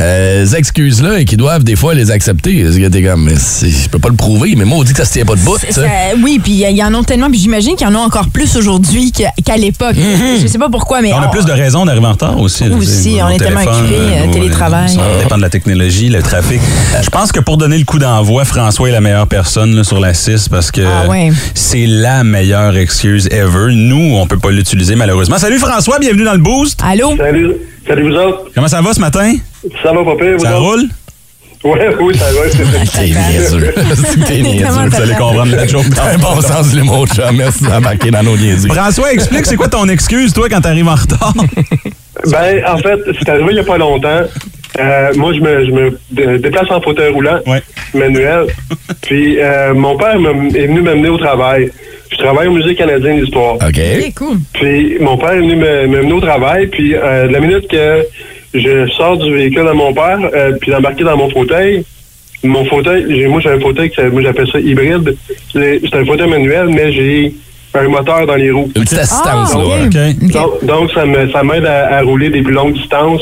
B: euh, excuses-là et qui doivent des fois les accepter. Parce que t'es comme, mais c'est- je peux pas le prouver, mais moi, on dit que ça se tient pas de bout. tu sais.
E: Ça- oui, puis euh, il y en a tellement, puis j'imagine qu'il y en a encore plus aujourd'hui que- qu'à l'époque. Je sais pas pourquoi, mais
C: Mm-hmm. On a plus de raisons d'arriver en retard aussi. là,
E: Aussi,
C: tu sais,
E: on
C: nos
E: est tellement
C: téléphones,
E: occupés,
C: euh,
E: euh,
C: nos-
E: télétravail.
C: Ça dépend de la technologie, le trafic. Je pense que pour donner le coup d'envoi, François est la meilleure personne là, sur la 6 parce que
E: Ah ouais.
C: c'est la meilleure excuse ever. Nous, on peut pas l'utiliser malheureusement. Salut François, bienvenue dans le Boost.
E: Allô?
F: Salut, salut vous autres.
C: Comment ça va ce matin?
F: Ça va pas pire, vous
C: Ça
F: autres?
C: roule?
F: Ouais, oui, ça va.
E: Ah,
F: c'est-
B: T'es niaiseux. C'est que T'es niaiseux.
E: Comment
C: Vous allez comprendre la joke.
B: T'as un bon sens du mot, chum. Merci d'embarquer dans nos niaiseries.
C: François, explique c'est quoi ton excuse, toi, quand t'arrives en retard?
F: Ben, en fait, c'est arrivé il n'y a pas longtemps. Euh, moi, je me, je me dé- déplace en fauteuil roulant,
C: Ouais.
F: manuel. Puis, euh, mon père m'a- est venu m'amener au travail. Je travaille au Musée canadien d'histoire.
B: OK.
E: Ok, cool.
F: Puis mon père est venu me, me mener au travail, puis euh, la minute que je sors du véhicule à mon père, euh, puis d'embarquer dans mon fauteuil, mon fauteuil, j'ai- moi j'ai un fauteuil, que ça- moi j'appelle ça hybride, c'est c'est un fauteuil manuel, mais j'ai un moteur dans les roues.
B: Une petite assistance,
E: Ah,
B: là.
E: ok.
B: ouais.
C: OK.
F: Donc, donc, ça me ça m'aide à, à rouler des plus longues distances,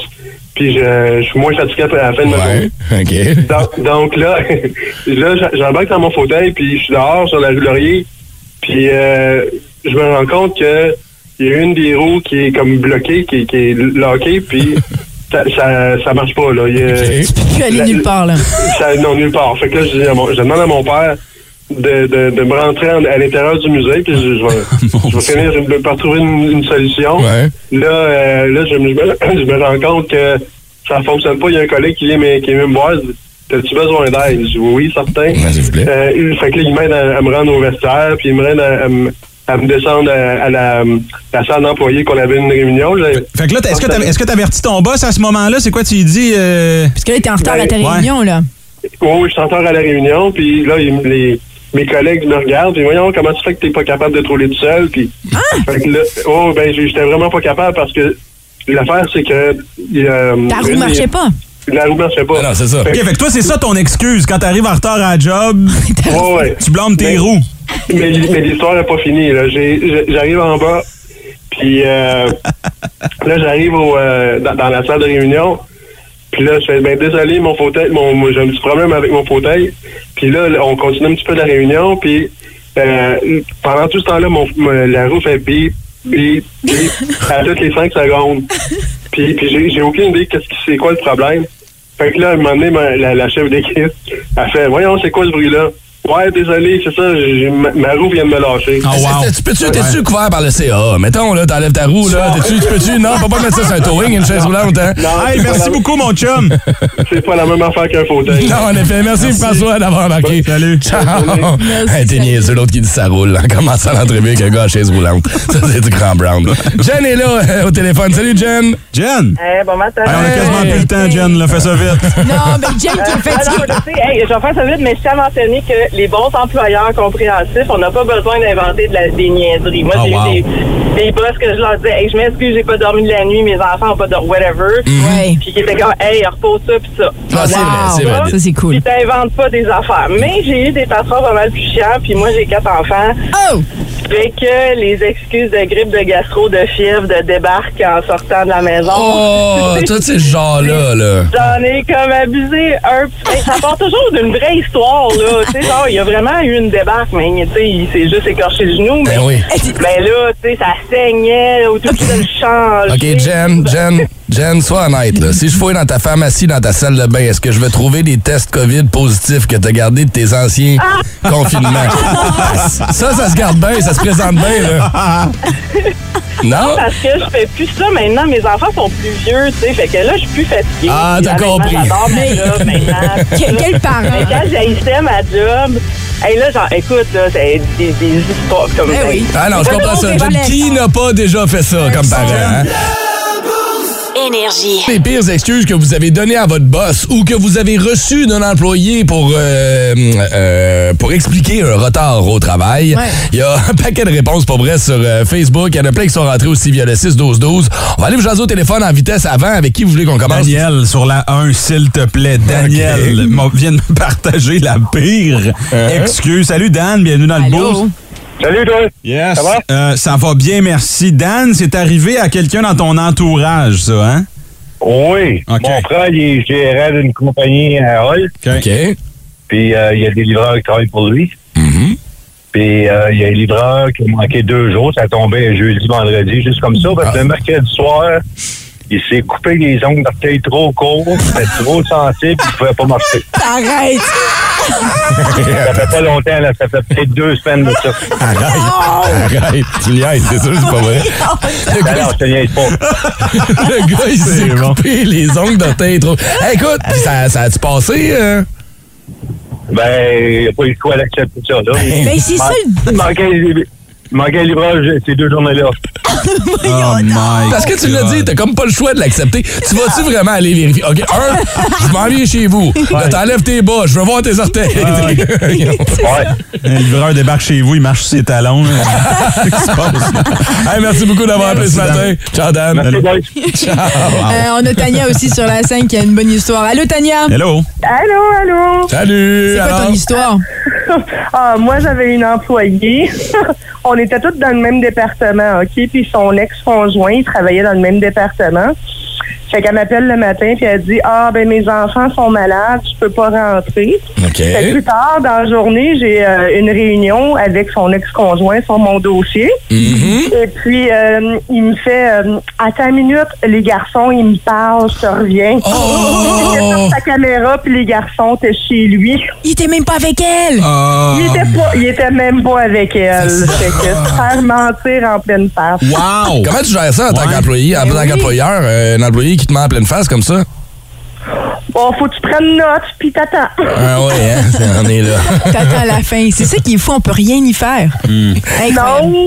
F: puis je, je suis moins fatigué après- à la fin de ma journée.
B: Ouais. OK.
F: Donc, donc là, là j'a- j'embarque dans mon fauteuil, puis je suis dehors sur la rue Laurier, puis euh, je me rends compte que il y a une des roues qui est comme bloquée, qui, qui est lockée, puis ça, ça, ça marche pas, là. Il y a-
B: OK.
E: Tu peux plus aller nulle part, là.
F: ça, non, nulle part. Fait que là, je, dis à mon- je demande à mon père de, de, de me rentrer en- à l'intérieur du musée, puis je, je vais, je vais finir je vais par trouver une, une solution.
B: Ouais.
F: Là, euh, là je, me- je me, je me rends compte que ça fonctionne pas. Il y a un collègue qui vient me, qui vient me voir. il dit, T'as-tu besoin d'aide? Je dis oui, certain.
B: Ouais, s'il vous plaît.
F: Euh, il- fait que là, il m'aide à, à me rendre au vestiaire, puis il m'aide à, à me- à me descendre à, à la, la salle d'employés qu'on avait une réunion. là.
C: Fait que là, t'as- est-ce que t'avais- est-ce que t'avertis ton boss à ce moment-là? C'est quoi tu lui dis? euh,
E: Parce que là, t'es en retard à ta
C: Ouais.
E: réunion, là.
F: Oui, oui, je suis encore à la réunion, puis là, il- les, mes collègues me regardent, puis voyons, comment tu
E: Hein?
F: fais que t'es pas capable de te rouler tout seul, puis... Fait que là, oh, ben, j'étais vraiment pas capable parce que l'affaire, c'est que. il, euh,
E: Ta roue
F: une-
E: marchait pas.
F: La roue marchait pas.
B: Ah non, c'est ça.
C: OK, fait que toi, c'est ça ton excuse. Quand t'arrives en retard à la job,
F: Ouais, ouais.
C: tu blâmes tes
F: Mais-
C: roues.
F: Mais, mais l'histoire n'est pas finie. Là. J'ai- j'ai- j'arrive en bas, puis euh, là, j'arrive au, euh, dans, dans la salle de réunion. Puis là, je fais, ben désolé, mon fauteuil, mon, moi, j'ai un petit problème avec mon fauteuil. Puis là, on continue un petit peu la réunion, puis euh, pendant tout ce temps-là, mon, mon- la roue fait bip, bip, bip, à toutes les cinq secondes. Puis, puis j'ai, j'ai aucune idée qu'est-ce qui, c'est quoi le problème. Fait que là, à un moment donné, ma- la, la chef d'équipe a fait Voyons, c'est quoi ce bruit-là? Ouais, désolé, c'est ça, j'ai- ma, ma roue vient de me lâcher.
C: Oh, wow.
B: Est-ce que Tu Ah, peux-tu, t'es-tu couvert par le CA? Mettons, là, t'enlèves ta roue, là. T'es-tu, tu peux-tu? Non, faut pas mettre ça sur un towing, une chaise roulante, hein?
F: Non,
C: Hey,
F: c'est pas
C: merci
F: la-
C: beaucoup, mon chum.
F: C'est pas la même affaire qu'un fauteuil.
B: Non, en effet. Merci, François d'avoir embarqué.
C: Salut.
B: Ciao. Hey, T'es niaiseux, l'autre qui dit ça roule en commençant l'entrevue avec un gars à chaise roulante. Ça, c'est du grand brown. Jen est là euh, au téléphone. Salut, Jen.
C: Jen!
I: Eh, bon matin.
C: Hey, on a quasiment plus le temps, Jen. Là, fais ça vite.
E: Non, mais Jane qui est
I: Ah
E: fatiguée.
I: non, je sais, hey, je vais faire ça vite, mais je tiens à mentionner que les bons employeurs compréhensifs, on n'a pas besoin d'inventer de la, des niaiseries. Moi,
C: Ah,
I: j'ai eu
C: wow.
I: des, des boss que je leur disais, hey, je m'excuse, j'ai pas dormi de la nuit, mes enfants ont pas dormi, whatever.
E: Mm-hmm. Ouais.
I: Puis qui étaient comme, hey, repose ça, puis ça.
B: Ah, c'est vrai, c'est vrai.
E: Ça, c'est cool.
I: Puis t'inventes pas des affaires. Mais j'ai eu des patrons pas mal plus chiants, puis moi, j'ai quatre enfants.
E: Oh!
I: Fait que les excuses de grippe, de gastro, de fièvre, de débarque en sortant de la maison.
B: Oh, toi, c'est ce genre-là, là.
I: J'en ai comme abusé un petit peu. Ça part toujours d'une vraie histoire, là. Tu sais, genre, il y a vraiment eu une débarque, mais tu sais, il s'est juste écorché le genou. Mais,
B: Ben oui.
I: mais là, tu sais, ça saignait au tout de le champ.
B: OK, Jen, Jen, Jen, sois honnête. Là. Si je fouille dans ta pharmacie, dans ta salle de bain, est-ce que je vais trouver des tests COVID positifs que t'as gardés de tes anciens confinements? Ça, ça se garde bien, ça se présente bien, là. Non?
I: Parce que je fais plus ça maintenant. Mes enfants sont plus vieux, tu sais. Fait que là, je suis plus fatiguée.
B: Ah, t'as
I: Honnêtement,
B: compris.
I: J'adore ma job maintenant.
E: Quel, quel
I: Mais
E: parent?
I: quand j'haïssais ma job, hey, là, genre, écoute, là, c'est des, des histoires comme
E: Eh
I: ça.
E: oui.
B: Ah non, je comprends ça. Jen, qui n'a pas déjà fait ça comme parent? hein?
J: Énergie.
B: Les pires excuses que vous avez données à votre boss ou que vous avez reçues d'un employé pour euh, euh, pour expliquer un retard au travail.
E: Ouais.
B: Il y a un paquet de réponses pour vrai sur euh, Facebook. Il y en a plein qui sont rentrés aussi via le 6-12-12. On va aller vous jaser au téléphone en vitesse avant. Avec qui vous voulez qu'on commence?
C: Daniel, sur la 1, s'il te plaît. Daniel, m'en- vient de me partager la pire excuse. Salut, Dan. Bienvenue dans le
E: Allô?
C: boost.
F: Salut, toi!
C: Yes.
F: Ça va?
C: Euh, ça va bien, merci. Dan, c'est arrivé à quelqu'un dans ton entourage, ça, hein?
F: Oui.
C: OK.
F: Mon frère, il est gérant d'une compagnie à Hall,
B: OK. Mm-hmm.
F: puis euh, il y a des livreurs qui travaillent pour lui. Puis euh, il y a un livreur qui a manqué deux jours, ça a tombé un jeudi, vendredi, juste comme ça. Parce que
B: Ah.
F: le mercredi soir, il s'est coupé les ongles d'orteil trop courts, c'était trop sensible, puis il pouvait pas marcher.
E: Arrête!
F: Ça fait pas longtemps, là, ça fait peut-être deux semaines de ça.
B: Arrête. Arrête. Tu liais, c'est sûr, c'est pas vrai.
F: Ben
B: Le gars,
F: non, je te niaise pas.
B: le gars, il s'est coupé les ongles de tête. trop. Hey, écoute, pis ça, ça a-tu passé? euh?
F: Ben, il n'y a pas eu le choix d'accepter ça, là.
E: Ben, c'est ça le.
F: Il manquait, il manquait un livreur ces deux journées-là.
C: Oh my
B: Parce que tu l'as
C: God.
B: dit, t'as comme pas le choix de l'accepter. Tu vas-tu vraiment aller vérifier? OK, un, je m'en viens chez vous. Là, T'enlèves tes bas, je veux voir tes orteils.
F: Ouais.
C: Un livreur débarque chez vous, il marche sur ses talons. là. Qu'est-ce qui se passe?
B: Hey, merci beaucoup d'avoir appelé ce
C: Merci, Dan.
B: matin. Ciao, Dan.
F: C'est bon.
B: Ah,
E: Euh, on a Tania aussi sur la scène qui a une bonne histoire. Allô, Tania?
C: Hello.
I: Allô, allô?
B: Salut.
E: C'est quoi
B: alors?
E: ton histoire?
I: Ah, moi, j'avais une employée. On était toutes dans le même département, OK? Puis son ex-conjoint, il travaillait dans le même département. Fait qu'elle m'appelle le matin, puis elle dit Ah, ben mes enfants sont malades, je peux pas rentrer.
B: OK.
I: Fait que plus tard, dans la journée, j'ai euh, une réunion avec son ex-conjoint sur mon dossier.
B: Mhm.
I: Et puis, euh, il me fait euh, Attends une minute, les garçons, ils me parlent, je te reviens.
B: Oh!
I: Il était sur sa caméra, puis les garçons étaient chez lui.
E: Il était même pas avec elle!
C: Ah,
I: Il était, pas, il était même pas avec elle. Fait que se faire mentir en pleine face.
C: wow.
B: Comment tu gères ça en tant
C: Ouais.
B: qu'employé, en
E: Ben
B: tant
E: oui.
B: qu'employeur, euh, un employé qui te met en pleine face comme ça?
I: Bon, faut que tu prennes note, puis t'attends.
B: Ah ouais, hein? c'est- on est là.
E: T'attends la fin. C'est ça qu'il faut, on peut rien y faire.
B: Hmm.
E: Incroyable.
I: Non.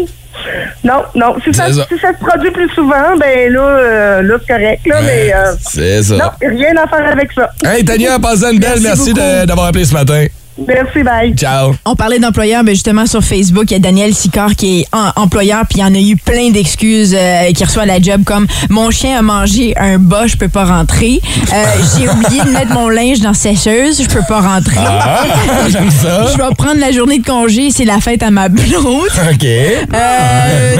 I: Non, non. Si ça,
B: C'est ça.
I: si ça se produit plus souvent, ben là, euh, là c'est correct. Là, mais euh,
B: C'est ça.
I: non, rien à faire avec ça.
B: Hey, Tania, passe une belle.
E: Merci
B: Merci,
E: beaucoup.
B: de- d'avoir appelé ce matin.
I: Merci, bye.
B: Ciao.
E: On parlait d'employeurs, mais justement sur Facebook, il y a Daniel Sicard qui est en- employeur, puis il y en a eu plein d'excuses euh, qui reçoit à la job comme mon chien a mangé un bas, je peux pas rentrer. Euh, J'ai oublié de mettre mon linge dans la sécheuse, je peux pas rentrer.
B: Ah, j'aime ça.
E: Je vais prendre la journée de congé, c'est la fête à ma blonde.
B: OK.
E: Euh, tu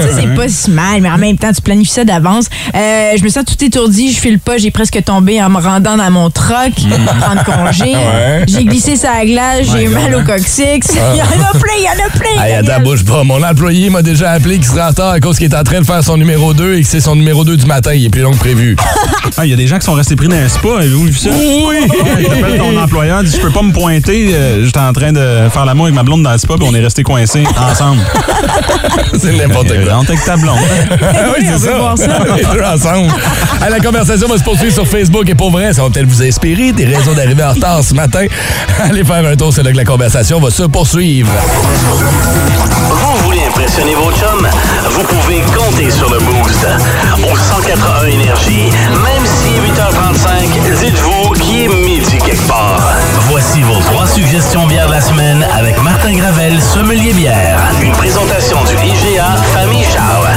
E: sais, c'est pas si mal, mais en même temps, tu planifies ça d'avance. Euh, je me sens tout étourdi, je file pas, j'ai presque tombé en me rendant dans mon truck, prendre congé.
B: Ouais.
E: J'ai glissé sur la glace, j'ai
B: My
E: mal
B: God.
E: au coccyx.
B: Ah.
E: il y en a plein, il y en a plein.
B: Hey, attends,
E: Daniel.
B: bouge pas. Mon employé m'a déjà appelé qu'il serait en retard à cause qu'il est en train de faire son numéro 2 et que c'est son numéro 2 du matin. Il est plus long que prévu.
K: Ah, il y a des gens qui sont restés pris dans un spa, hein, avez-vous vu ça? Oui! T'appelles ton employeur, dis je peux pas me pointer, euh, j'étais en train de faire l'amour avec ma blonde dans le spa, puis on est restés coincés ensemble.
B: c'est n'importe
K: Euh,
B: quoi.
K: rentre avec ta blonde.
B: oui, c'est ça. Les deux ensemble. Hey, la conversation va se poursuivre sur Facebook et pour vrai, ça va peut-être vous inspirer des raisons d'arriver en retard ce matin. Allez faire un tour, c'est là que la conversation va se poursuivre.
A: Vous voulez impressionner vos chums? Vous pouvez compter sur le Boost. Au 181 Énergie, même si 8h35, dites-vous qu'il est midi quelque part. Voici vos trois suggestions bières de la semaine avec Martin Gravel, sommelier bière. Une présentation du IGA Famille Charles.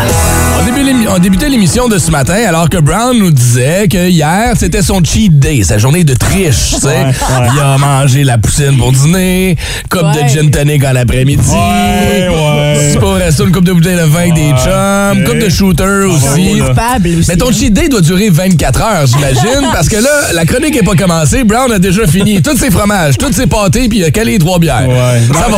B: On, début l'émi- on débutait l'émission de ce matin alors que Brown nous disait que hier, c'était son cheat day, sa journée de triche. tu sais. Il a mangé la poutine pour dîner, coupe de
E: Ouais.
B: gin tonic en l'après-midi,
K: Ouais, ouais.
B: c'est pas resto, une coupe de bouteille de vin avec des chums,
K: Ouais.
B: coupe de shooter aussi.
E: Coupable aussi. hein.
B: Mais ton cheat day doit durer 24 heures, j'imagine, parce que là, la chronique n'est pas commencée. Brown a déjà fini tous ses fromages, toutes ses pâtés, puis il a calé les trois bières.
K: Ouais.
B: Ça va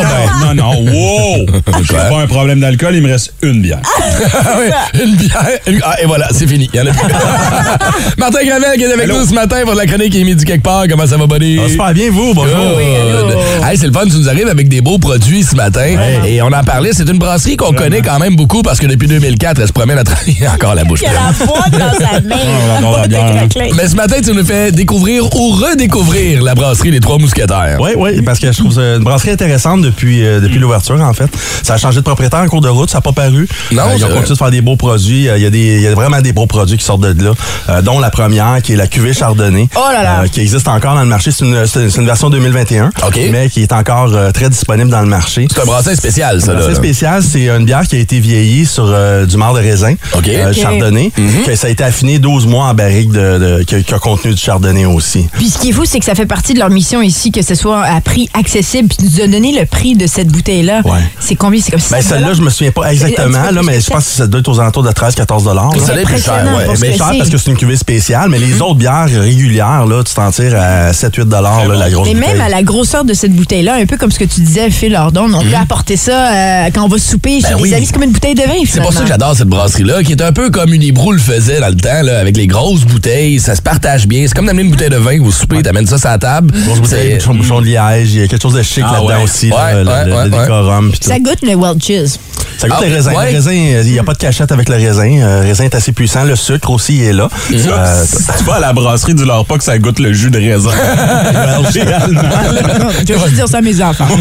K: Non,
B: bien.
K: non, wow! J'ai pas un problème d'alcool, il me reste une bière.
B: Ah oui, une bière. une- Ah, et voilà, c'est fini. Il y en a plus. Martin Gravel qui est avec
K: Allô?
B: nous ce matin pour la chronique qui est midi quelque part. Comment ça va, buddy?
K: Ah, super bien, vous, bonjour!
B: Good. Hey, c'est le fun, tu nous arrives avec des beaux produits ce matin. Et on en parlait, c'est une brasserie qu'on connaît quand même beaucoup parce que depuis 2004, elle se promène à travailler encore la bouche.
E: Il y a la boîte dans sa
K: Ah, non, la bière.
E: main.
B: Mais ce matin, tu nous fais découvrir ou redécouvrir la brasserie Les Trois Mousquetaires.
L: Oui, oui, parce que je trouve ça une brasserie intéressante depuis, euh, depuis l'ouverture, en fait. Ça a changé de propriétaire en cours de route, ça n'a pas paru.
B: Non,
L: Euh,
B: c'est
L: ils ont
B: vrai.
L: continué de faire des beaux produits. Euh, Il y, a des- il y a vraiment des beaux produits qui sortent de là, euh, dont la première, qui est la cuvée Chardonnay, euh,
E: Oh là là.
L: qui existe encore dans le marché. C'est une, c'est- c'est une version 2021,
B: OK.
L: mais qui est encore euh, très disponible dans le marché.
B: C'est un brassin spécial, ça. là.
L: C'est spécial, c'est une bière qui a été vieillie sur euh, du marc de raisin,
B: OK.
L: euh,
B: OK. Mhm.
L: chardonnay, que ça a été affiné 12 mois en barrique de, de- qui, a- qui a contenu du chardonnay aussi.
E: Puis ce qui est fou, c'est que ça fait partie de leur mission ici, que ce soit à prix accessible. Puis tu nous as donné le prix de cette bouteille-là.
L: Ouais.
E: C'est combien? C'est comme ça.
L: Ben, celle-là, je me souviens pas
E: Un
L: exactement,
E: petit peu
L: là,
E: plus
L: mais
E: que
L: je
E: ça.
L: pense que ça doit être aux alentours de 13-14 dollars.
B: Ça
L: là.
B: l'est plus cher,
E: impressionnant
B: ouais.
E: pour ce
L: Mais
E: que
L: cher
E: c'est. Mhm.
L: parce que c'est une cuvée spéciale, mais les autres bières régulières, là, tu t'en tires à 7-8 dollars, là, la grosse
E: Mais même
L: bouteille. Mm-hmm.
E: à la grosseur de cette bouteille-là, un peu comme ce que tu disais, Phil Ordon, on peut apporter ça euh, quand on va souper chez
B: Ben
E: des
B: oui.
E: amis. C'est comme une bouteille de vin,
B: C'est pour ça que
E: finalement.
B: j'adore cette brasserie-là, qui est un peu comme une Unibrew le faisait dans le temps, là, avec les grosses bouteilles. Ça se partage bien. C'est comme d'amener une bouteille de vin au souper, t'amènes ça sur la table.
L: Grosse bouteille,
B: C'est-
L: bouchon, bouchon de liège, il y a quelque chose de chic
B: Ah
L: là-dedans
B: ouais.
L: aussi,
B: Ouais,
L: là, le,
B: ouais,
L: le- le
B: ouais, ouais.
L: décorum. pis tout.
E: Ça goûte le Welch's.
L: Ça goûte
B: Ah,
L: le raisin.
B: ouais.
L: Le raisin, euh, il n'y a pas de cachette avec le raisin. Euh, le raisin est assez puissant. Le sucre aussi est là. Euh,
K: Si tu vas à la brasserie, dis-leur pas que ça goûte le jus de raisin.
E: Je vais juste dire ça à mes enfants.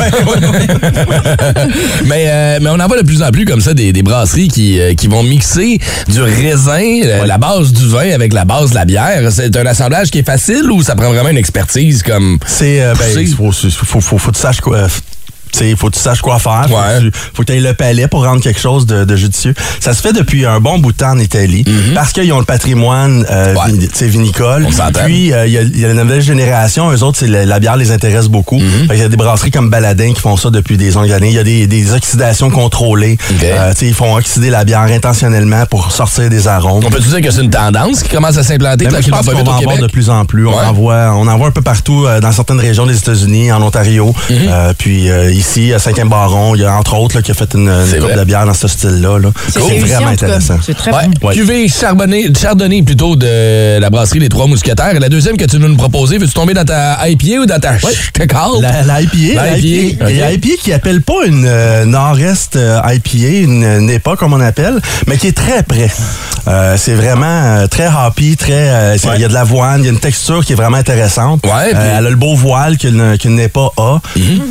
B: mais, euh, mais on en voit de plus en plus comme ça des, des brasseries qui, euh, qui vont mixer du raisin, euh, la base du vin avec la base de la bière. C'est un assemblage qui est facile ou ça prend vraiment une expertise comme.
L: C'est euh, ben,
B: Poussé.
L: faut, faut, faut, faut que tu saches quoi. euh, tu sais, faut que tu saches quoi faire. Faut
B: Ouais.
L: que tu faut que aies le palais pour rendre quelque chose de, de judicieux. Ça se fait depuis un bon bout de temps en Italie parce qu'ils ont le patrimoine euh,
B: Mhm. Ouais.
L: vini- tu sais, vinicole.
B: On s'entend.
L: Puis euh, il y, a- il y a la nouvelle génération, eux autres, c'est la, la bière les intéresse beaucoup.
B: Mhm.
L: Fait qu'il y a des brasseries comme Baladin qui font ça depuis des longues années. Il y a des, des oxydations contrôlées.
B: Ok.
L: Euh, tu sais, ils font oxyder la bière intentionnellement pour sortir des arômes.
B: On peut dire que c'est une tendance qui commence à s'implanter
L: Mais moi, je
B: tranquillement
L: pense
B: pas vite
L: qu'on va
B: au
L: en voir
B: Québec?
L: de plus en plus. On,
B: Ouais.
L: en voit, on en voit un peu partout euh, dans certaines régions des États-Unis, en Ontario.
B: Mhm.
L: Euh, puis euh, ici, à 5e Baron, il y a entre autres là, qui a fait une,
B: C'est
L: une coupe
B: vrai.
L: de bière dans ce style-là. là. C'est
E: réussi,
L: vraiment
E: en tout cas.
L: intéressant.
E: C'est très
B: Ouais.
E: bon.
L: Ouais.
B: Cuvée charbonnée, chardonnay plutôt de la brasserie Les Trois Mousquetaires. Et la deuxième que tu veux nous proposer, veux-tu tomber dans ta IPA ou dans ta Chicago?
L: La, la IPA,
B: La
L: la IPA,
B: IPA,
L: Et la
B: ok.
L: IPA qui appelle pas une euh, Nord-Est euh, IPA, une euh, NEPA comme on appelle, mais qui est très près. Euh, c'est vraiment euh, très happy, très. euh, c'est- Il y a de l'avoine, il y a une texture qui est vraiment intéressante. Euh, elle a le beau voile qu'elle ne- qu'une n'est pas a.
B: Mhm.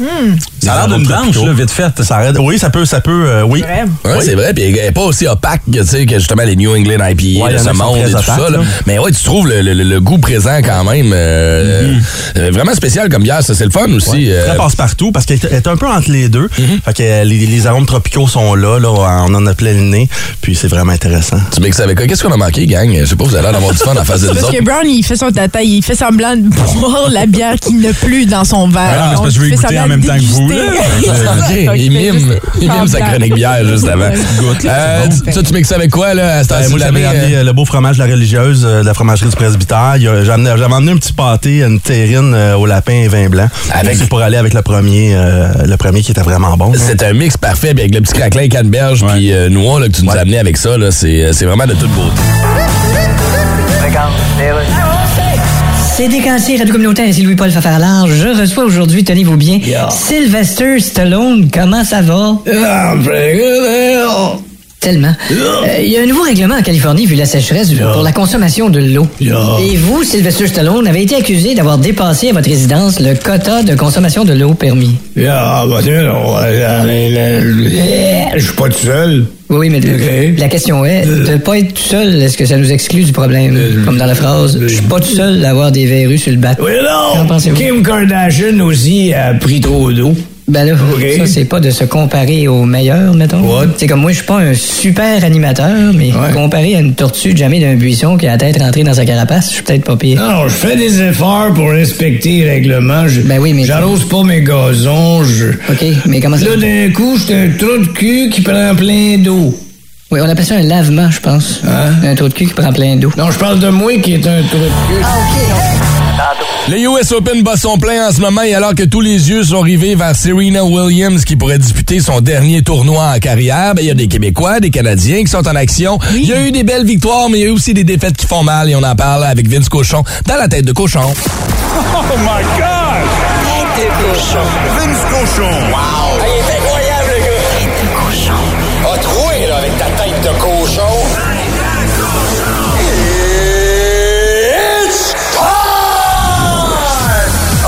C: Ça a l'air d'une blanche, là, vite faite.
L: Ça arrête- oui, ça peut, ça peut, euh, oui.
B: Ouais,
L: Oui.
B: Hein, c'est vrai. Puis elle n'est pas aussi opaque que, tu sais, que justement les New England E IPA,
L: Ouais,
B: le
L: y en a qui sont
B: Saumon et
L: très
B: tout
L: opaques,
B: ça. là.
L: là.
B: Mais ouais, tu trouves le, le- le- le goût présent quand même. euh, euh, vraiment spécial comme bière, ça c'est le fun aussi. euh, Mhm.
L: Elle passe partout parce qu'elle est- elle est un peu entre les deux. Fait que euh, les, les arômes tropicaux sont là, là, on en a plein le nez, puis c'est vraiment intéressant.
B: Tu mixes avec Qu'est-ce qu'on a manqué, gang? Je sais pas, vous allez avoir du fun en face de
E: C'est
B: nous
E: parce
B: autres.
E: que Brown, il fait son tata, il fait semblant de boire la bière qu'il n'a plus dans son verre.
B: Ah, c'est parce que je veux
E: Il fait
B: écouter en
E: semblant
B: même
E: de
B: temps que vous,
E: déguster.
B: là. Ok,
E: C'est ça.
B: il
E: Fait que
B: mime.
E: juste
B: Il mime sa
E: semblant.
B: chronique bière juste avant. Euh, tu- tu- tu mixes avec quoi, là, à cette
L: Ben,
B: heure-ci
L: moi,
B: de
L: j'avais
B: l'année,
L: amené euh, le beau fromage de la religieuse euh, de la fromagerie du presbytère. Il y a- J'avais j'avais amené un petit pâté, une terrine euh, au lapin et vin blanc. C'est pour aller avec le premier, euh, le premier qui était vraiment bon.
B: euh, C'est un mix parfait, puis avec le petit craquelin canneberge puis euh, noix là, que tu nous as amené avec ça, là, c'est euh, c'est vraiment de toute beauté.
M: C'est Décancé, Radio Communautaire, c'est Louis-Paul Fafarlarge. Je reçois aujourd'hui, tenez-vous bien, Sylvester Stallone. Comment ça va?
N: Ah, ben, euh, oh.
M: Tellement. Euh, Il y a un nouveau règlement en Californie, vu la sécheresse, pour la consommation de l'eau. Et vous, Sylvester Stallone, avez été accusé d'avoir dépassé à votre résidence le quota de consommation de l'eau permis.
N: Ah, bah, tu sais, on va- je suis pas tout seul.
M: Oui, mais
N: Eh?
M: la question est,
N: Euh.
M: de pas être tout seul, est-ce que ça nous exclut du problème? Comme dans la phrase, je suis pas tout seul d'avoir des verrues sur le bat.
N: Euh. Oui,
M: Qu'en
N: non!
M: pensez-vous?
N: Kim Kardashian aussi a pris trop d'eau.
M: Ben là, ça, c'est pas de se comparer au meilleur, mettons. C'est comme moi, je suis pas un super animateur, mais comparé à une tortue jamais d'un buisson qui a la tête rentrée dans sa carapace, je suis peut-être pas pire.
N: Non, je fais des efforts pour respecter les règlements. Je,
M: ben oui, mais...
N: J'arrose pas mes gazons, je...
M: OK, mais comment ça...
N: Là, d'un coup, j'étais un trou de cul qui prend plein d'eau.
M: Oui, on appelle ça un lavement, je pense. Un trou de cul qui prend plein d'eau.
N: Hein? Non, je parle de moi qui est un trou de cul.
M: Ah,
B: Le US Open bat son plein en ce moment et alors que tous les yeux sont rivés vers Serena Williams qui pourrait disputer son dernier tournoi en carrière, ben, il y a des Québécois, des Canadiens qui sont en action. Il y a eu des belles victoires, mais il y a eu aussi des défaites qui font mal et on en parle avec Vince Cochon dans la tête de cochon.
H: Oh my God! Tête de cochon. Vince cochon. Wow! Ah, il est incroyable, le gars! Tête de cochon. A troué, là, avec ta tête de cochon. It's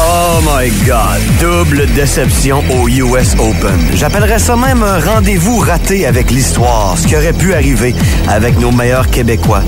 O: Oh my God! Double déception au US Open. J'appellerais ça même un rendez-vous raté avec l'histoire, ce qui aurait pu arriver avec nos meilleurs Québécois,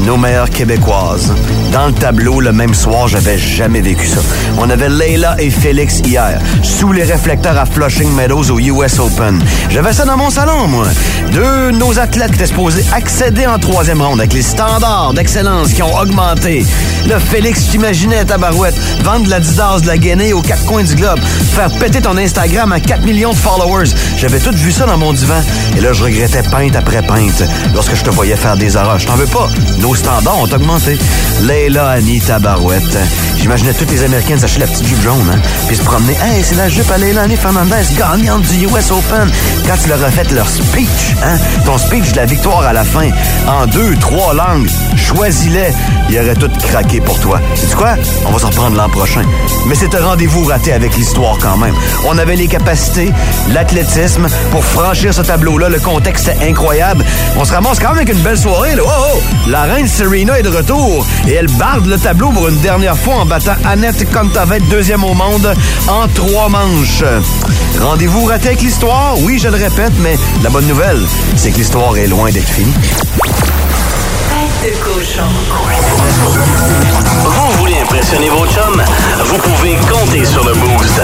O: nos meilleures Québécoises. Dans le tableau, le même soir, j'avais jamais vécu ça. On avait Leila et Félix hier, sous les réflecteurs à Flushing Meadows au US Open. J'avais ça dans mon salon, moi. Deux de nos athlètes qui étaient supposés accéder en troisième ronde avec les standards d'excellence qui ont augmenté. Là, Félix, t'imaginais, tabarouette, vendre de la Didas, de la Guinée aux quatre coins du globe, faire péter ton Instagram à 4 millions de followers. J'avais tout vu ça dans mon divan. Et là, je regrettais peinte après peinte lorsque je te voyais faire des erreurs. Je t'en veux pas. Nos standards ont augmenté. Leila, Annie, tabarouette. J'imaginais toutes les Américaines s'acheter la petite jupe jaune, hein, puis se promener. Hey, c'est la jupe à Leila, Annie Fernandez, gagnante du US Open. Quand tu leur as fait leur speech, hein, ton speech de la victoire à la fin, en deux, trois langues, choisis-les. Ils auraient tout craqué pour toi. C'est quoi? On va s'en reprendre l'an prochain. Mais c'est un rendez-vous raté avec l'histoire quand même. On avait les capacités, l'athlétisme pour franchir ce tableau-là. Le contexte est incroyable. On se ramasse quand même avec une belle soirée. Là. Oh, oh! La reine Serena est de retour et elle barde le tableau pour une dernière fois en battant Annette Contavet, deuxième au monde, en trois manches. Rendez-vous raté avec l'histoire? Oui, je le répète, mais la bonne nouvelle, c'est que l'histoire est loin d'être finie.
A: de cochon.
O: Vous voulez impressionner vos chums?
A: Vous pouvez compter sur le Boost.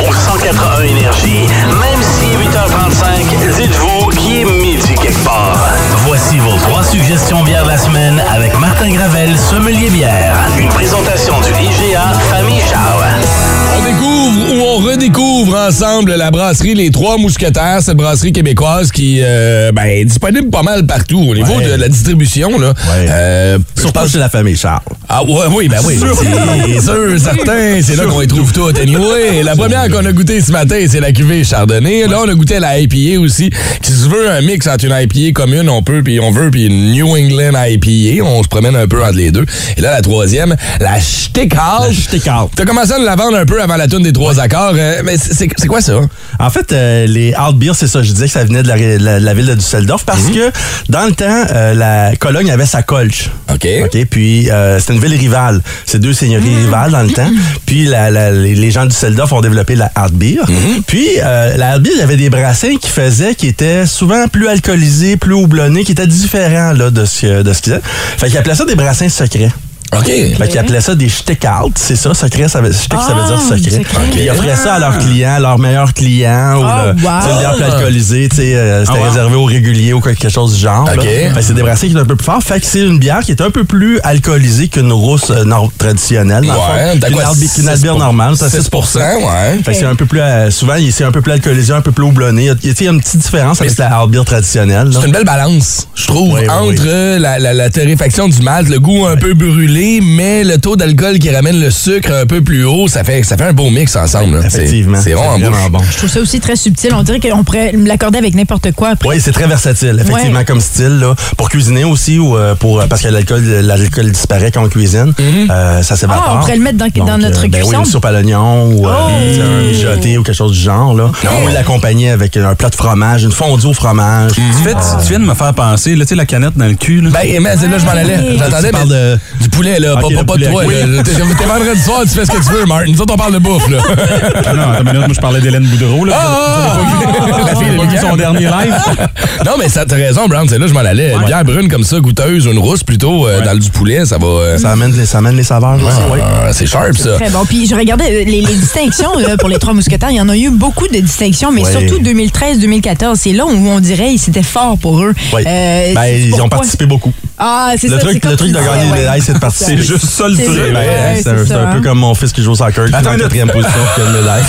A: Au 181 Énergie, même si 8h35, dites-vous qu'il est midi quelque part. Voici vos trois suggestions bières de la semaine avec Martin Gravel, sommelier bière. Une présentation du IGA Famille Charles.
B: On découvre ou on redécouvre ensemble la brasserie Les Trois Mousquetaires, cette brasserie québécoise qui euh, ben, est disponible pas mal partout au niveau de la distribution. Là. Euh, Surtout
L: chez la famille Charles.
B: Ah ouais, oui, ben oui.
L: Sûr.
B: C'est sûr, certain. C'est là qu'on les trouve toutes. Anyway, la première qu'on a goûtée ce matin, c'est la cuvée Chardonnay. Là, on a goûté la IPA aussi, qui se veut un mix entre une IPA commune, on peut, puis on veut, puis une New England IPA. On se promène un peu entre les deux. Et là, la troisième, la Steckhals. T'as commencé à nous la vendre un peu avant la tune des trois accords. bizarre. euh, mais c'est- c'est c'est quoi ça?
L: En fait, euh, les hard beers, c'est ça, je disais que ça venait de la, ré- la- la ville de Düsseldorf parce
B: Mhm.
L: que dans le temps, euh, la Cologne avait sa colche.
B: OK. Mhm.
L: OK, puis euh, c'était une ville rivale. C'est deux seigneuries rivales dans le temps. Puis la- la- les, les gens de Düsseldorf ont développé la hard beer.
B: Mhm.
L: Puis euh, la hard beer, il y avait des brassins qui faisaient, qui étaient souvent plus alcoolisés, plus houblonnés, qui étaient différents là, de ce que- de ce qu'ils faisaient. Fait qu'ils appelaient ça des brassins secrets.
B: OK.
L: Fait qu'ils appelaient ça des shtick-out, c'est ça, secret, ça veut, shtick, ça veut dire secret. Puis Ils offraient ça à leurs clients, à leurs meilleurs clients, Ah, ou
H: Oh,
L: le,
H: wow.
L: tu sais, le verre plus alcoolisé, tu sais, euh, c'était
H: Ah, wow.
L: réservé aux réguliers ou quelque chose du genre. là.
H: OK.
L: Fait que c'est des brassins qui sont un peu plus forts. Fait que c'est une bière qui est un peu plus alcoolisée qu'une rousse euh, nord- traditionnelle. dans le
B: Ouais,
L: fond.
B: t'as
L: Qu'une
B: quoi,
L: arbi-
B: 6%,
L: qu'une albière normale, c'est à 6
B: ouais.
L: Fait que c'est un peu plus, euh, souvent, il- c'est un peu plus alcoolisé, un peu plus houblonné. Il y a- Il y a une petite différence avec la albière traditionnelle. là.
B: C'est une belle balance, je trouve,
L: Oui, oui,
B: entre euh,
L: oui.
B: La, la, la torréfaction du malt, le goût un peu brûlé, mais le taux d'alcool qui ramène le sucre un peu plus haut, ça fait, ça fait un beau mix ensemble. là. C'est-
L: Effectivement.
B: C'est bon en
L: C'est vraiment
B: bouche.
L: bon.
E: Je trouve ça aussi très subtil. On dirait qu'on pourrait me l'accorder avec n'importe quoi après.
L: Oui, c'est très versatile, effectivement,
E: Ouais.
L: comme style. Là. Pour cuisiner aussi, ou euh, pour, euh, parce que l'alcool l'alcool disparaît quand on cuisine, Euh, ça s'évapore.
E: Mm-hmm. Ah, on pourrait le mettre dans- dans notre
L: ben oui,
E: cuisson.
L: une
E: Oh!
L: soupe à l'oignon, ou euh, tu sais, un mijoté, ou quelque chose du genre. Là. On peut l'accompagner avec un plat de fromage, une fondue au fromage.
E: Mm-hmm.
K: Tu, fais- tu- tu viens de me faire penser, là, tu sais, la canette dans le cul. Là.
B: Ben, mais c'est là, je m'en allais. J'entendais, mais du poulet, là,
K: Ok,
B: pas,
K: le
B: pas, pas de
K: poulet.
B: toi.
K: Oui.
B: là. T'es t'es vendredi soir, tu fais ce que tu veux, Martin. Nous autres, on parle de bouffe, là.
K: Ah non, attends une minute, moi je parlais d'Hélène Boudreau. Là,
B: Ah,
K: Vous avez- vous avez pas vu-
B: La fille de
K: pas vu
B: Lucas.
K: son dernier live.
B: ah, non, mais ça, t'as raison, Brown. C'est là, que je m'en allais. Une bière brune comme ça, goûteuse, une rousse plutôt, euh, dans le du poulet, ça va. euh,
L: Ça amène, les- ça amène les saveurs. là, ça, ouais.
B: ah, c'est sharp, ça.
E: Très bon. Puis je regardais euh, les, les distinctions là, pour les trois mousquetaires. Il y en a eu beaucoup de distinctions, mais
L: Ouais.
E: surtout 2013-2014. C'est là où on dirait que c'était fort pour eux.
L: Ouais.
E: Euh,
L: Ben,
E: c'est
L: ils ont
E: pourquoi-
L: participé beaucoup.
E: Ah, c'est
L: Le
E: ça. c'est
L: truc,
E: comme
L: le truc
E: tu
L: de
E: disais,
L: gagner
E: ouais.
L: des likes, c'est de participer.
K: C'est juste ça, le C'est truc. ça,
L: Ben,
K: ouais,
L: c'est un,
K: c'est
L: c'est un
K: ça,
L: peu
K: hein.
L: comme mon fils qui joue au soccer, qui est
K: Attends
L: en
K: une
L: quatrième position qui gagne le like.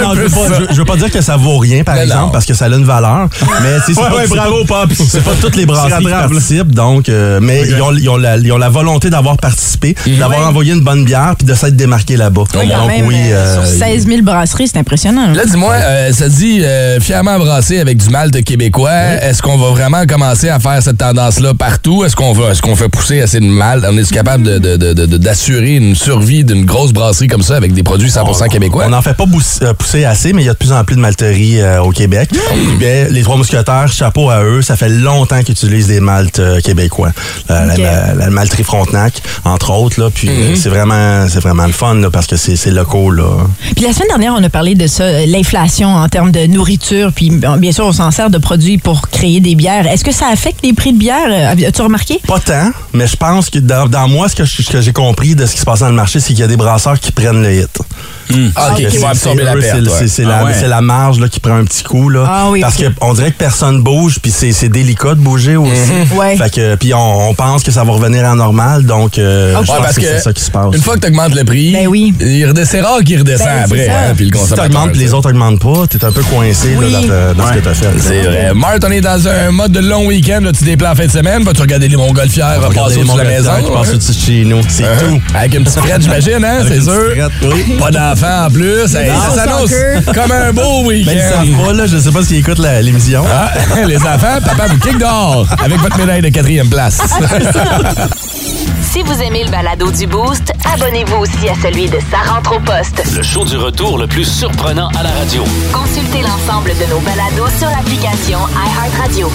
L: Non, non, je, veux pas, je veux- je veux pas dire que ça vaut rien, par exemple, parce que ça a une valeur. Mais tu sais, c'est
K: Ouais,
L: pas-
K: ouais,
L: c'est
K: bravo,
L: pas,
K: Pop.
L: C'est pas toutes les brasseries qui
K: rattrapes, là.
L: participent, donc, euh, mais ils, ont, ils ont la, ils ont la volonté d'avoir participé, d'avoir envoyé une bonne bière, puis de s'être démarqué là-bas.
E: Mhm. Ouais, quand
L: donc,
E: même,
L: oui,
E: euh,
L: euh,
E: sur 16 000 brasseries, c'est impressionnant.
B: Là, dis-moi, euh, ça dit euh, fièrement brassé avec du malt québécois. Est-ce qu'on va vraiment commencer à faire cette tendance-là partout? Est-ce qu'on va, est-ce qu'on fait pousser assez de malt? On est capable de- de- de- de- de- d'assurer une survie d'une grosse brasserie comme ça avec des produits 100% québécois?
L: On n'en fait pas bous- euh, pousser assez, mais il y a de plus en plus de malteries euh, au Québec. Puis, ben, les trois mousquetaires, chapeau à eux, ça fait longtemps qu'ils utilisent des maltes euh, québécois. La, la-
H: Ok.
L: la- la malterie Frontenac, entre autres, là. Puis euh, c'est vraiment, c'est vraiment le fun, là, parce que c'est c'est local, là.
E: Puis la semaine dernière, on a parlé de ça, euh, l'inflation en termes de nourriture. Puis bon, bien sûr, on s'en sert de produits pour créer des bières. Est-ce que ça affecte les prix de bière? Euh, As-tu remarqué?
L: Pas tant, mais je pense que dans, dans moi, ce que je- ce que j'ai compris de ce qui se passe dans le marché, c'est qu'il y a des brasseurs qui prennent le hit.
B: Ah, ok,
L: Parce que
B: qui vont
L: c'est-
B: absorber
L: c'est
B: la
L: eux,
B: perte,
L: c'est-
B: ouais.
L: C'est c'est
B: Ah
L: la,
B: ouais.
L: c'est la marge là, qui prend un petit coup. Là,
E: Ah oui,
L: parce
E: ok.
L: qu'on dirait que personne bouge, puis c'est c'est délicat de bouger aussi.
B: Mhm.
E: Ouais.
L: Fait que, puis on, on pense que ça va revenir en normal, donc euh,
B: Ah, Ouais,
L: je pense
B: parce
L: que,
B: que
L: c'est ça qui se passe.
B: Une fois que tu augmentes le prix, il redescend, c'est rare qu'il redescend
L: Ben,
B: après.
L: c'est ça.
B: hein, puis le
L: si
B: consommateur,
L: t'augmentes, puis les autres augmentent pas, t'es un peu coincé là,
B: Oui.
L: dans, ta- dans ce que t'as fait. là.
B: C'est vrai. Mart, on est dans un mode de long week-end. là, Tu déplais en fin de semaine. Vas-tu regarder les Montgolfières
L: va regarder
B: passer
L: les
B: au-dessus de la
L: Montgolfières
B: maison?
L: qui passent au-dessus de chez nous. C'est
B: Hein?
L: tout.
B: Avec une petite frette, j'imagine, hein?
L: Avec
B: C'est
L: une
B: sûr.
L: petite frette, oui.
B: Pas d'enfant en plus. Hey,
L: Non,
B: ça s'annonce
L: soccer.
B: comme un beau week-end.
L: Ben, ils savent pas, là, je sais pas s'ils écoutent la- l'émission.
B: Ah, les enfants, papa vous kick dehors avec votre médaille de quatrième place.
J: Si vous aimez le balado du Boost, abonnez-vous aussi à celui de Sa rentre au poste.
A: Le show du retour le plus surprenant à la radio.
J: Consultez l'ensemble de nos balados sur l'application iHeartRadio.